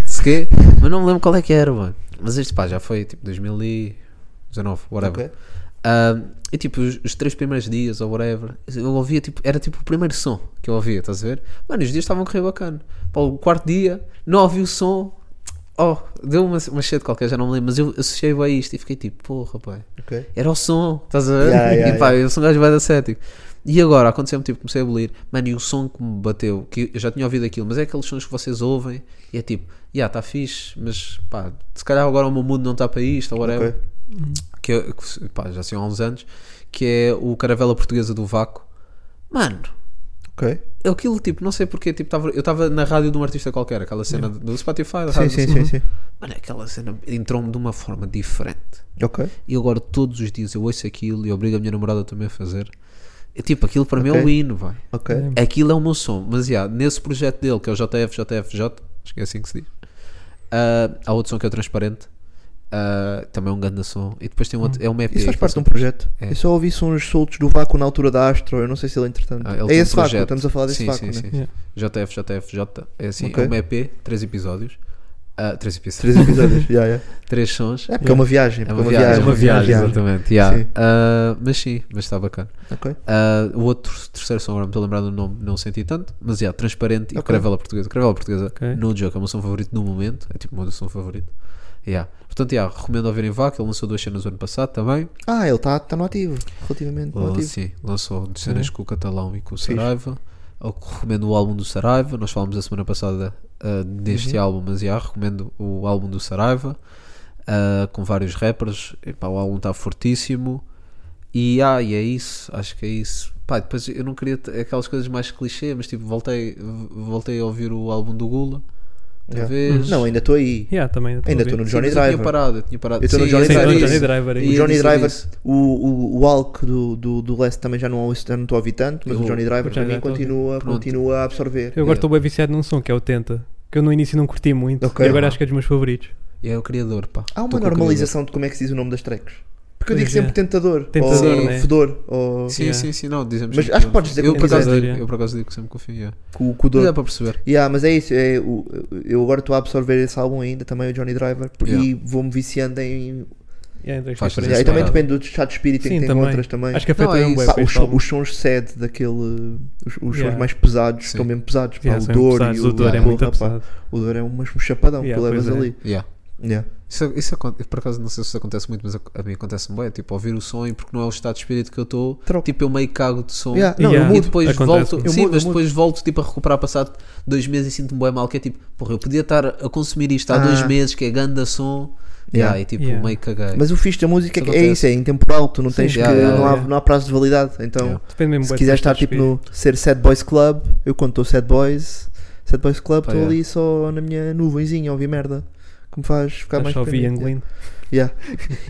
[SPEAKER 6] Se quê? Mas não me lembro qual é que era, mano. Mas este pá, já foi tipo 2019, whatever.
[SPEAKER 5] Ok.
[SPEAKER 6] Ahm, e tipo, os, os três primeiros dias ou whatever, eu ouvia tipo, era tipo o primeiro som que eu ouvia, estás a ver? Mano, os dias estavam a correr bacana. Pá, o quarto dia, não ouvi o som, oh, deu uma, uma cheia de qualquer, já não me lembro, mas eu associei bem a isto e fiquei tipo, porra, pá,
[SPEAKER 5] Ok.
[SPEAKER 6] era o som, estás a ver?
[SPEAKER 5] Yeah, yeah,
[SPEAKER 6] e pá, eu sou um gajo bem acético. E agora, aconteceu-me, tipo, comecei a abolir, mano, e o som que me bateu, que eu já tinha ouvido aquilo, mas é aqueles sons que vocês ouvem e é tipo, já yeah, está fixe, mas pá, tá se calhar agora o meu mundo não está para isto ou whatever.
[SPEAKER 5] Ok.
[SPEAKER 6] Que, eu- que, pá, já saiu há uns anos, que é o Caravela Portuguesa do Vácuo. Mano,
[SPEAKER 5] Ok.
[SPEAKER 6] eu aquilo tipo, não sei porque, tipo, tava- eu estava na rádio de um artista qualquer, aquela cena do Spotify, da
[SPEAKER 5] Sim,
[SPEAKER 6] rádio,
[SPEAKER 5] sim,
[SPEAKER 6] assim.
[SPEAKER 5] sim, sim.
[SPEAKER 6] Mano, aquela cena entrou-me de uma forma diferente.
[SPEAKER 5] Ok.
[SPEAKER 6] E agora todos os dias eu ouço aquilo e obrigo a minha namorada também a fazer. E, tipo, aquilo para mim é o
[SPEAKER 5] Ok.
[SPEAKER 6] hino, vai.
[SPEAKER 5] Ok.
[SPEAKER 6] Aquilo é o meu som, mas yeah, nesse projeto dele, que é o JF, JFJ, acho que é assim que se diz. ah, há outro som que é o Transparente, ah, também é um grande som. E depois tem um outro, é um EP.
[SPEAKER 5] Isso faz
[SPEAKER 6] que
[SPEAKER 5] parte de um
[SPEAKER 6] só-
[SPEAKER 5] projeto.
[SPEAKER 6] É.
[SPEAKER 5] Eu só ouvi uns soltos do vácuo na altura da Astro. Eu não sei se ele, entretanto.
[SPEAKER 6] Ah, ele
[SPEAKER 5] é
[SPEAKER 6] tem um
[SPEAKER 5] esse vácuo,
[SPEAKER 6] projeto.
[SPEAKER 5] estamos a falar desse
[SPEAKER 6] sim,
[SPEAKER 5] vácuo,
[SPEAKER 6] sim,
[SPEAKER 5] né?
[SPEAKER 6] sim.
[SPEAKER 7] Yeah.
[SPEAKER 6] JF, JFJ, é assim,
[SPEAKER 5] Ok.
[SPEAKER 6] é um EP, três episódios, ah, três episódios,
[SPEAKER 5] Três episódios. yeah, yeah.
[SPEAKER 6] três sons.
[SPEAKER 5] É porque é uma viagem.
[SPEAKER 6] É
[SPEAKER 5] porque
[SPEAKER 6] uma viagem, é uma viagem, exatamente. yeah.
[SPEAKER 5] Sim.
[SPEAKER 6] Ah, mas sim, mas está bacana.
[SPEAKER 5] Ok.
[SPEAKER 6] Ah, o outro terceiro som, agora não me estou a lembrar do nome, não senti tanto, mas é transparente e
[SPEAKER 5] Ok.
[SPEAKER 6] Caravela Portuguesa. Caravela Portuguesa,
[SPEAKER 7] Ok.
[SPEAKER 6] no jogo, é o meu som favorito no momento, é tipo o meu som favorito. Yeah. Portanto, yeah, recomendo ouvirem Vaca, ele lançou duas cenas no ano passado também.
[SPEAKER 5] Ah, ele está tá no ativo. Relativamente no
[SPEAKER 6] Ah,
[SPEAKER 5] ativo.
[SPEAKER 6] sim, lançou duas
[SPEAKER 5] Uhum.
[SPEAKER 6] cenas com o Catalão e com o Saraiva. Eu recomendo o álbum do Saraiva, nós falámos a semana passada ah, deste
[SPEAKER 5] Uhum.
[SPEAKER 6] álbum, mas yeah, recomendo o álbum do Saraiva, ah, com vários rappers. Epá, o álbum está fortíssimo. E, ah, e é isso, acho que é isso. Pá, depois eu não queria t- aquelas coisas mais clichê, mas tipo, voltei, v- voltei a ouvir o álbum do Gula. Outra
[SPEAKER 5] Yeah. Uhum.
[SPEAKER 6] vez.
[SPEAKER 5] Não, ainda estou aí.
[SPEAKER 7] Yeah, também. eu a
[SPEAKER 5] Ainda
[SPEAKER 7] ver.
[SPEAKER 5] estou no
[SPEAKER 6] Sim,
[SPEAKER 5] Johnny
[SPEAKER 6] mas Eu tinha
[SPEAKER 5] Driver.
[SPEAKER 6] parado, eu tinha parado.
[SPEAKER 5] Eu tô no
[SPEAKER 6] Sim,
[SPEAKER 5] Johnny
[SPEAKER 6] sim,
[SPEAKER 7] Sim,
[SPEAKER 5] Driver.
[SPEAKER 7] o
[SPEAKER 6] era
[SPEAKER 7] Johnny
[SPEAKER 6] isso.
[SPEAKER 7] Driver
[SPEAKER 5] O
[SPEAKER 7] aí.
[SPEAKER 6] E-
[SPEAKER 5] Johnny
[SPEAKER 6] Isso,
[SPEAKER 5] Driver,
[SPEAKER 6] isso.
[SPEAKER 5] o, o, o Hulk do, do, do Leste também já não ouço tanto, ouvi tanto, mas o,
[SPEAKER 6] Eu-
[SPEAKER 5] Johnny Driver
[SPEAKER 7] o
[SPEAKER 5] para
[SPEAKER 7] Johnny
[SPEAKER 5] mim
[SPEAKER 7] Driver,
[SPEAKER 5] continua,
[SPEAKER 6] Pronto.
[SPEAKER 5] continua a absorver.
[SPEAKER 7] Eu agora estou bem viciado num som que é o Tenta, que eu no início não curti muito,
[SPEAKER 5] Ok.
[SPEAKER 7] e agora acho que é dos meus favoritos.
[SPEAKER 6] É o criador, pá.
[SPEAKER 5] Há
[SPEAKER 6] Tô
[SPEAKER 5] uma
[SPEAKER 6] com o criador.
[SPEAKER 5] normalização de como é que se diz o nome das tracks. Porque eu
[SPEAKER 7] Pois
[SPEAKER 5] digo sempre
[SPEAKER 7] é.
[SPEAKER 5] tentador,
[SPEAKER 7] Tentador,
[SPEAKER 5] ou
[SPEAKER 7] né?
[SPEAKER 5] fedor, ou
[SPEAKER 6] Sim,
[SPEAKER 7] Yeah.
[SPEAKER 6] sim, sim, não, dizemos
[SPEAKER 5] Mas
[SPEAKER 6] sempre
[SPEAKER 5] acho que podes dizer
[SPEAKER 6] eu,
[SPEAKER 5] que
[SPEAKER 6] por acaso
[SPEAKER 7] quiseres.
[SPEAKER 6] digo, eu por acu- digo que sempre confio. Yeah.
[SPEAKER 5] cu-
[SPEAKER 6] Mas dá
[SPEAKER 5] cudor.
[SPEAKER 6] é para perceber.
[SPEAKER 5] Yeah, mas é isso, é, o- eu agora estou a absorver esse álbum ainda, também o Johnny Driver, e
[SPEAKER 6] Yeah.
[SPEAKER 5] vou-me viciando em.
[SPEAKER 7] Yeah, então é entre as
[SPEAKER 6] Faz
[SPEAKER 7] diferenças.
[SPEAKER 5] Yeah, e também
[SPEAKER 6] separado.
[SPEAKER 5] depende do estado de espírito em
[SPEAKER 7] Sim,
[SPEAKER 5] que tem
[SPEAKER 7] também.
[SPEAKER 5] outras também.
[SPEAKER 7] Acho que
[SPEAKER 6] Não,
[SPEAKER 7] afetou
[SPEAKER 6] é
[SPEAKER 7] mesmo
[SPEAKER 6] isso.
[SPEAKER 7] um bué
[SPEAKER 5] Pá,
[SPEAKER 7] para
[SPEAKER 5] os,
[SPEAKER 7] este
[SPEAKER 5] so-
[SPEAKER 7] álbum.
[SPEAKER 5] os sons sede daquele. Os, os
[SPEAKER 7] Yeah.
[SPEAKER 5] sons mais pesados
[SPEAKER 6] Sim.
[SPEAKER 5] estão mesmo pesados. pá,
[SPEAKER 7] Yeah,
[SPEAKER 5] o
[SPEAKER 7] são
[SPEAKER 5] Dor
[SPEAKER 7] pesados,
[SPEAKER 5] e o,
[SPEAKER 7] o Dor é
[SPEAKER 5] Porra,
[SPEAKER 7] muito
[SPEAKER 5] pá,
[SPEAKER 7] pesado.
[SPEAKER 5] O Dor é um, um chapadão
[SPEAKER 7] Yeah,
[SPEAKER 5] que
[SPEAKER 7] pois
[SPEAKER 5] levas
[SPEAKER 7] é.
[SPEAKER 5] ali.
[SPEAKER 6] Yeah.
[SPEAKER 5] Yeah.
[SPEAKER 6] Isso, isso aconte- por acaso não sei se isso acontece muito, mas a, a mim acontece bem. Tipo, ouvir o som e porque não é o estado de espírito que eu estou,
[SPEAKER 5] Troco.
[SPEAKER 6] tipo, eu meio cago de som.
[SPEAKER 5] Yeah, Não,
[SPEAKER 7] Yeah.
[SPEAKER 5] eu
[SPEAKER 6] E
[SPEAKER 5] mudo.
[SPEAKER 6] depois
[SPEAKER 7] Acontece.
[SPEAKER 6] volto,
[SPEAKER 5] Eu
[SPEAKER 6] sim,
[SPEAKER 5] mudo,
[SPEAKER 6] mas
[SPEAKER 5] eu
[SPEAKER 6] depois volto tipo, a recuperar passado dois meses e sinto-me bem mal. Que é tipo, porra, eu podia estar a consumir isto há
[SPEAKER 5] Ah.
[SPEAKER 6] dois meses, que é ganda som, yeah.
[SPEAKER 5] Yeah.
[SPEAKER 6] e tipo,
[SPEAKER 7] Yeah.
[SPEAKER 6] meio caguei.
[SPEAKER 5] Mas o fixe da música é,
[SPEAKER 6] Isso
[SPEAKER 5] que é
[SPEAKER 6] acontece.
[SPEAKER 5] isso, é intemporal, tu não tens
[SPEAKER 6] yeah,
[SPEAKER 5] que.
[SPEAKER 6] yeah,
[SPEAKER 5] não,
[SPEAKER 7] yeah.
[SPEAKER 5] Há, não há prazo de validade. Então,
[SPEAKER 6] Yeah.
[SPEAKER 7] Depende mesmo
[SPEAKER 5] se
[SPEAKER 7] bué do
[SPEAKER 5] quiser
[SPEAKER 7] estado
[SPEAKER 5] estar
[SPEAKER 7] de
[SPEAKER 5] tipo
[SPEAKER 7] espírito.
[SPEAKER 5] no ser Sad Boys Club, eu quando estou Sad Boys, Sad Boys Club,
[SPEAKER 6] Pá,
[SPEAKER 5] estou
[SPEAKER 6] yeah.
[SPEAKER 5] ali só na minha nuvenzinha a ouvir merda. Que me faz ficar
[SPEAKER 7] Acho
[SPEAKER 5] mais
[SPEAKER 7] que ouvi
[SPEAKER 5] dependente.
[SPEAKER 7] Anglin.
[SPEAKER 5] Yeah.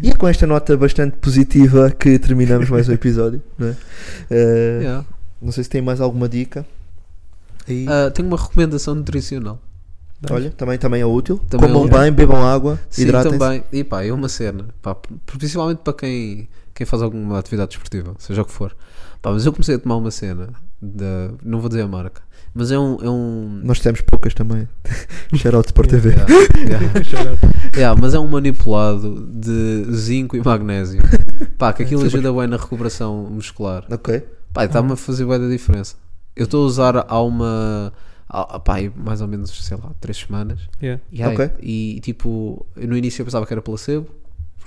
[SPEAKER 5] E é com esta nota bastante positiva que terminamos mais um episódio. Não, é? Eh,
[SPEAKER 6] Yeah.
[SPEAKER 5] não sei se tem mais alguma dica. Aí,
[SPEAKER 6] Ah, tenho uma recomendação nutricional.
[SPEAKER 5] olha, também, também é útil.
[SPEAKER 6] Também é
[SPEAKER 5] Comam
[SPEAKER 6] útil.
[SPEAKER 5] bem, bebam água,
[SPEAKER 6] Sim,
[SPEAKER 5] hidratem-se.
[SPEAKER 6] também. E pá, é uma cena. Pá, principalmente para quem, quem faz alguma atividade desportiva, seja o que for. Pá, mas eu comecei a tomar uma cena. da não vou dizer a marca. Mas é um. É um
[SPEAKER 5] Nós temos poucas também. Shout out Sport TV.
[SPEAKER 6] yeah, yeah. Yeah, mas é um manipulado de zinco e magnésio. Pá, que aquilo ajuda bem na recuperação muscular.
[SPEAKER 5] Ok.
[SPEAKER 6] Pá, está-me a fazer bem da diferença. Eu estou a usar há uma. Há, pá, aí mais ou menos, sei lá, três semanas.
[SPEAKER 7] Yeah.
[SPEAKER 6] E, aí,
[SPEAKER 5] Ok.
[SPEAKER 6] e tipo, eu no início eu pensava que era placebo.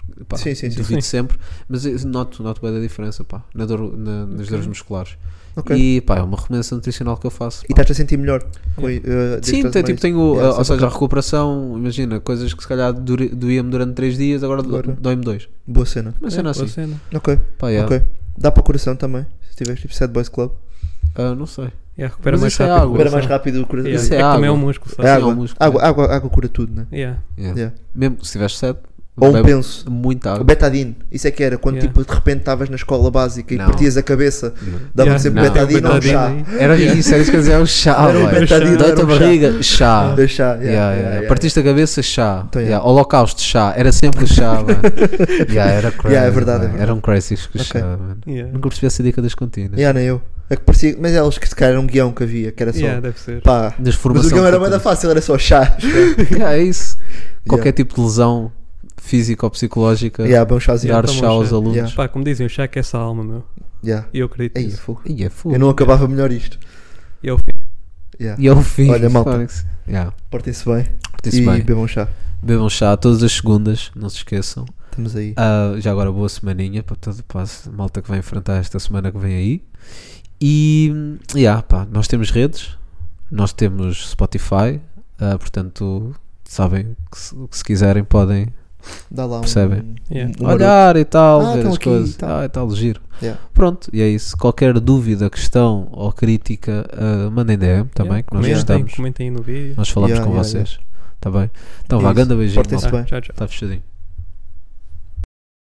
[SPEAKER 6] porque, Pá,
[SPEAKER 5] Sim, sim, sim.
[SPEAKER 6] Duvido sempre, mas eu noto, noto bem a diferença pá, na dor, na- nas dores musculares.
[SPEAKER 5] Ok.
[SPEAKER 6] E pá, é uma recomendação nutricional que eu faço.
[SPEAKER 5] E tá-
[SPEAKER 6] pá.
[SPEAKER 5] estás a sentir melhor? Com, eh, desde
[SPEAKER 6] Sim,
[SPEAKER 5] que
[SPEAKER 6] tem,
[SPEAKER 5] tomas
[SPEAKER 6] tipo,
[SPEAKER 5] isso?
[SPEAKER 6] tenho,
[SPEAKER 5] Yeah,
[SPEAKER 6] ah, ou
[SPEAKER 5] isso é
[SPEAKER 6] seja, a
[SPEAKER 5] bacana.
[SPEAKER 6] recuperação, imagina, coisas que se calhar dure- doía-me durante 3 dias, agora, do-
[SPEAKER 5] Agora.
[SPEAKER 6] dói-me 2.
[SPEAKER 5] Boa cena.
[SPEAKER 6] Mas
[SPEAKER 7] É,
[SPEAKER 6] cena
[SPEAKER 7] boa
[SPEAKER 6] assim.
[SPEAKER 7] cena.
[SPEAKER 5] Ok,
[SPEAKER 6] Pá, yeah.
[SPEAKER 5] ok. Dá para o coração também. Se tiveres tipo Sad Boys Club.
[SPEAKER 6] Ah, não sei.
[SPEAKER 7] Yeah, recupera
[SPEAKER 6] Mas
[SPEAKER 7] mais
[SPEAKER 6] isso é
[SPEAKER 7] rápido.
[SPEAKER 6] água.
[SPEAKER 5] Recupera mais rápido o coração.
[SPEAKER 7] Yeah,
[SPEAKER 6] Isso é
[SPEAKER 7] é que também é
[SPEAKER 6] água.
[SPEAKER 7] um músculo,
[SPEAKER 5] É
[SPEAKER 7] sabe?
[SPEAKER 5] água.
[SPEAKER 6] um músculo,
[SPEAKER 5] água, água, água cura tudo, né?
[SPEAKER 7] Yeah.
[SPEAKER 6] Yeah.
[SPEAKER 5] Yeah.
[SPEAKER 6] Mesmo se tiveres sede,
[SPEAKER 5] Ou um
[SPEAKER 6] bebe
[SPEAKER 5] penso.
[SPEAKER 6] muita
[SPEAKER 5] O
[SPEAKER 6] água.
[SPEAKER 5] betadine, isso é que era, quando
[SPEAKER 7] Yeah.
[SPEAKER 5] tipo de repente estavas na escola básica e
[SPEAKER 6] Não.
[SPEAKER 5] partias a cabeça, dava
[SPEAKER 7] Yeah.
[SPEAKER 5] sempre
[SPEAKER 6] Não.
[SPEAKER 5] betadine ou um
[SPEAKER 7] Betadine
[SPEAKER 5] chá.
[SPEAKER 7] aí.
[SPEAKER 6] Era isso, era isso que eu dizia, é um chá,
[SPEAKER 5] Era um
[SPEAKER 6] velho.
[SPEAKER 5] betadine,
[SPEAKER 6] Dói-te
[SPEAKER 5] era
[SPEAKER 6] a
[SPEAKER 5] um chá.
[SPEAKER 6] barriga, chá.
[SPEAKER 5] Dois chá, yeah,
[SPEAKER 6] Ah. Yeah,
[SPEAKER 5] yeah,
[SPEAKER 6] yeah,
[SPEAKER 5] yeah,
[SPEAKER 6] Partiste a cabeça, chá.
[SPEAKER 5] Então,
[SPEAKER 6] Yeah,
[SPEAKER 5] yeah.
[SPEAKER 6] Holocausto, chá. Era sempre chá, mano. yeah, era crazy.
[SPEAKER 5] Yeah, é verdade, é
[SPEAKER 6] mano.
[SPEAKER 5] verdade.
[SPEAKER 6] Era um crazy com
[SPEAKER 5] Ok.
[SPEAKER 6] chá, mano.
[SPEAKER 7] Yeah.
[SPEAKER 6] Nunca percebi essa dica das
[SPEAKER 5] yeah.
[SPEAKER 6] continhas.
[SPEAKER 5] Yeah, nem eu. É que parecia, mas elas que se calhar era um guião que havia, que era só
[SPEAKER 7] Yeah, deve ser.
[SPEAKER 5] pá.
[SPEAKER 6] Das
[SPEAKER 5] Mas
[SPEAKER 6] formação
[SPEAKER 5] o guião era
[SPEAKER 6] de
[SPEAKER 5] mais
[SPEAKER 6] continhas.
[SPEAKER 5] fácil, era só chá.
[SPEAKER 6] Yeah, é isso. Qualquer tipo de lesão física ou psicológica,
[SPEAKER 5] yeah, bom chazinho.
[SPEAKER 6] dar
[SPEAKER 7] toma um
[SPEAKER 6] chá aos
[SPEAKER 7] chá.
[SPEAKER 6] alunos.
[SPEAKER 5] Yeah.
[SPEAKER 7] Pá, como dizem, o chá que é essa alma, meu.
[SPEAKER 5] Yeah.
[SPEAKER 7] E eu acredito
[SPEAKER 5] Aí, é
[SPEAKER 7] nisso.
[SPEAKER 5] fogo.
[SPEAKER 6] E é fogo.
[SPEAKER 5] Eu não acabava melhor isto.
[SPEAKER 7] E é o fim.
[SPEAKER 5] Yeah.
[SPEAKER 6] E é o fim.
[SPEAKER 5] Olha, malta.
[SPEAKER 6] Fónix. Yeah.
[SPEAKER 5] Portem-se bem
[SPEAKER 6] Portem-se
[SPEAKER 5] e
[SPEAKER 6] bem.
[SPEAKER 5] bebam um chá.
[SPEAKER 6] Bebam chá todas as segundas, não se esqueçam.
[SPEAKER 5] Estamos aí.
[SPEAKER 6] Ah, já agora boa semaninha para todo para a malta que vai enfrentar esta semana que vem aí. E yeah, pá, nós temos redes, nós temos Spotify, ah, portanto sabem que se, que se quiserem podem
[SPEAKER 5] Dá lá um.
[SPEAKER 6] Percebem?
[SPEAKER 7] Yeah.
[SPEAKER 5] um- um maroto.
[SPEAKER 6] Olhar e tal,
[SPEAKER 5] Ah,
[SPEAKER 6] ver
[SPEAKER 5] estão
[SPEAKER 6] as
[SPEAKER 5] aqui e
[SPEAKER 6] coisas.
[SPEAKER 5] tal.
[SPEAKER 6] Ah, e tal, giro.
[SPEAKER 5] Yeah.
[SPEAKER 6] Pronto, e é isso. Qualquer dúvida, questão ou crítica, ah, mandem DM também,
[SPEAKER 7] Yeah,
[SPEAKER 6] que nós
[SPEAKER 7] comentem,
[SPEAKER 6] gostamos.
[SPEAKER 7] Comentem aí no vídeo.
[SPEAKER 6] Nós falamos
[SPEAKER 5] Yeah,
[SPEAKER 6] com
[SPEAKER 5] yeah,
[SPEAKER 6] vocês. Está bem? Então
[SPEAKER 5] É
[SPEAKER 6] vá,
[SPEAKER 5] isso.
[SPEAKER 6] grande beijinho.
[SPEAKER 5] Portem-se
[SPEAKER 6] malta.
[SPEAKER 5] bem.
[SPEAKER 7] Tá, Tchau, tchau.
[SPEAKER 6] Tá fechadinho.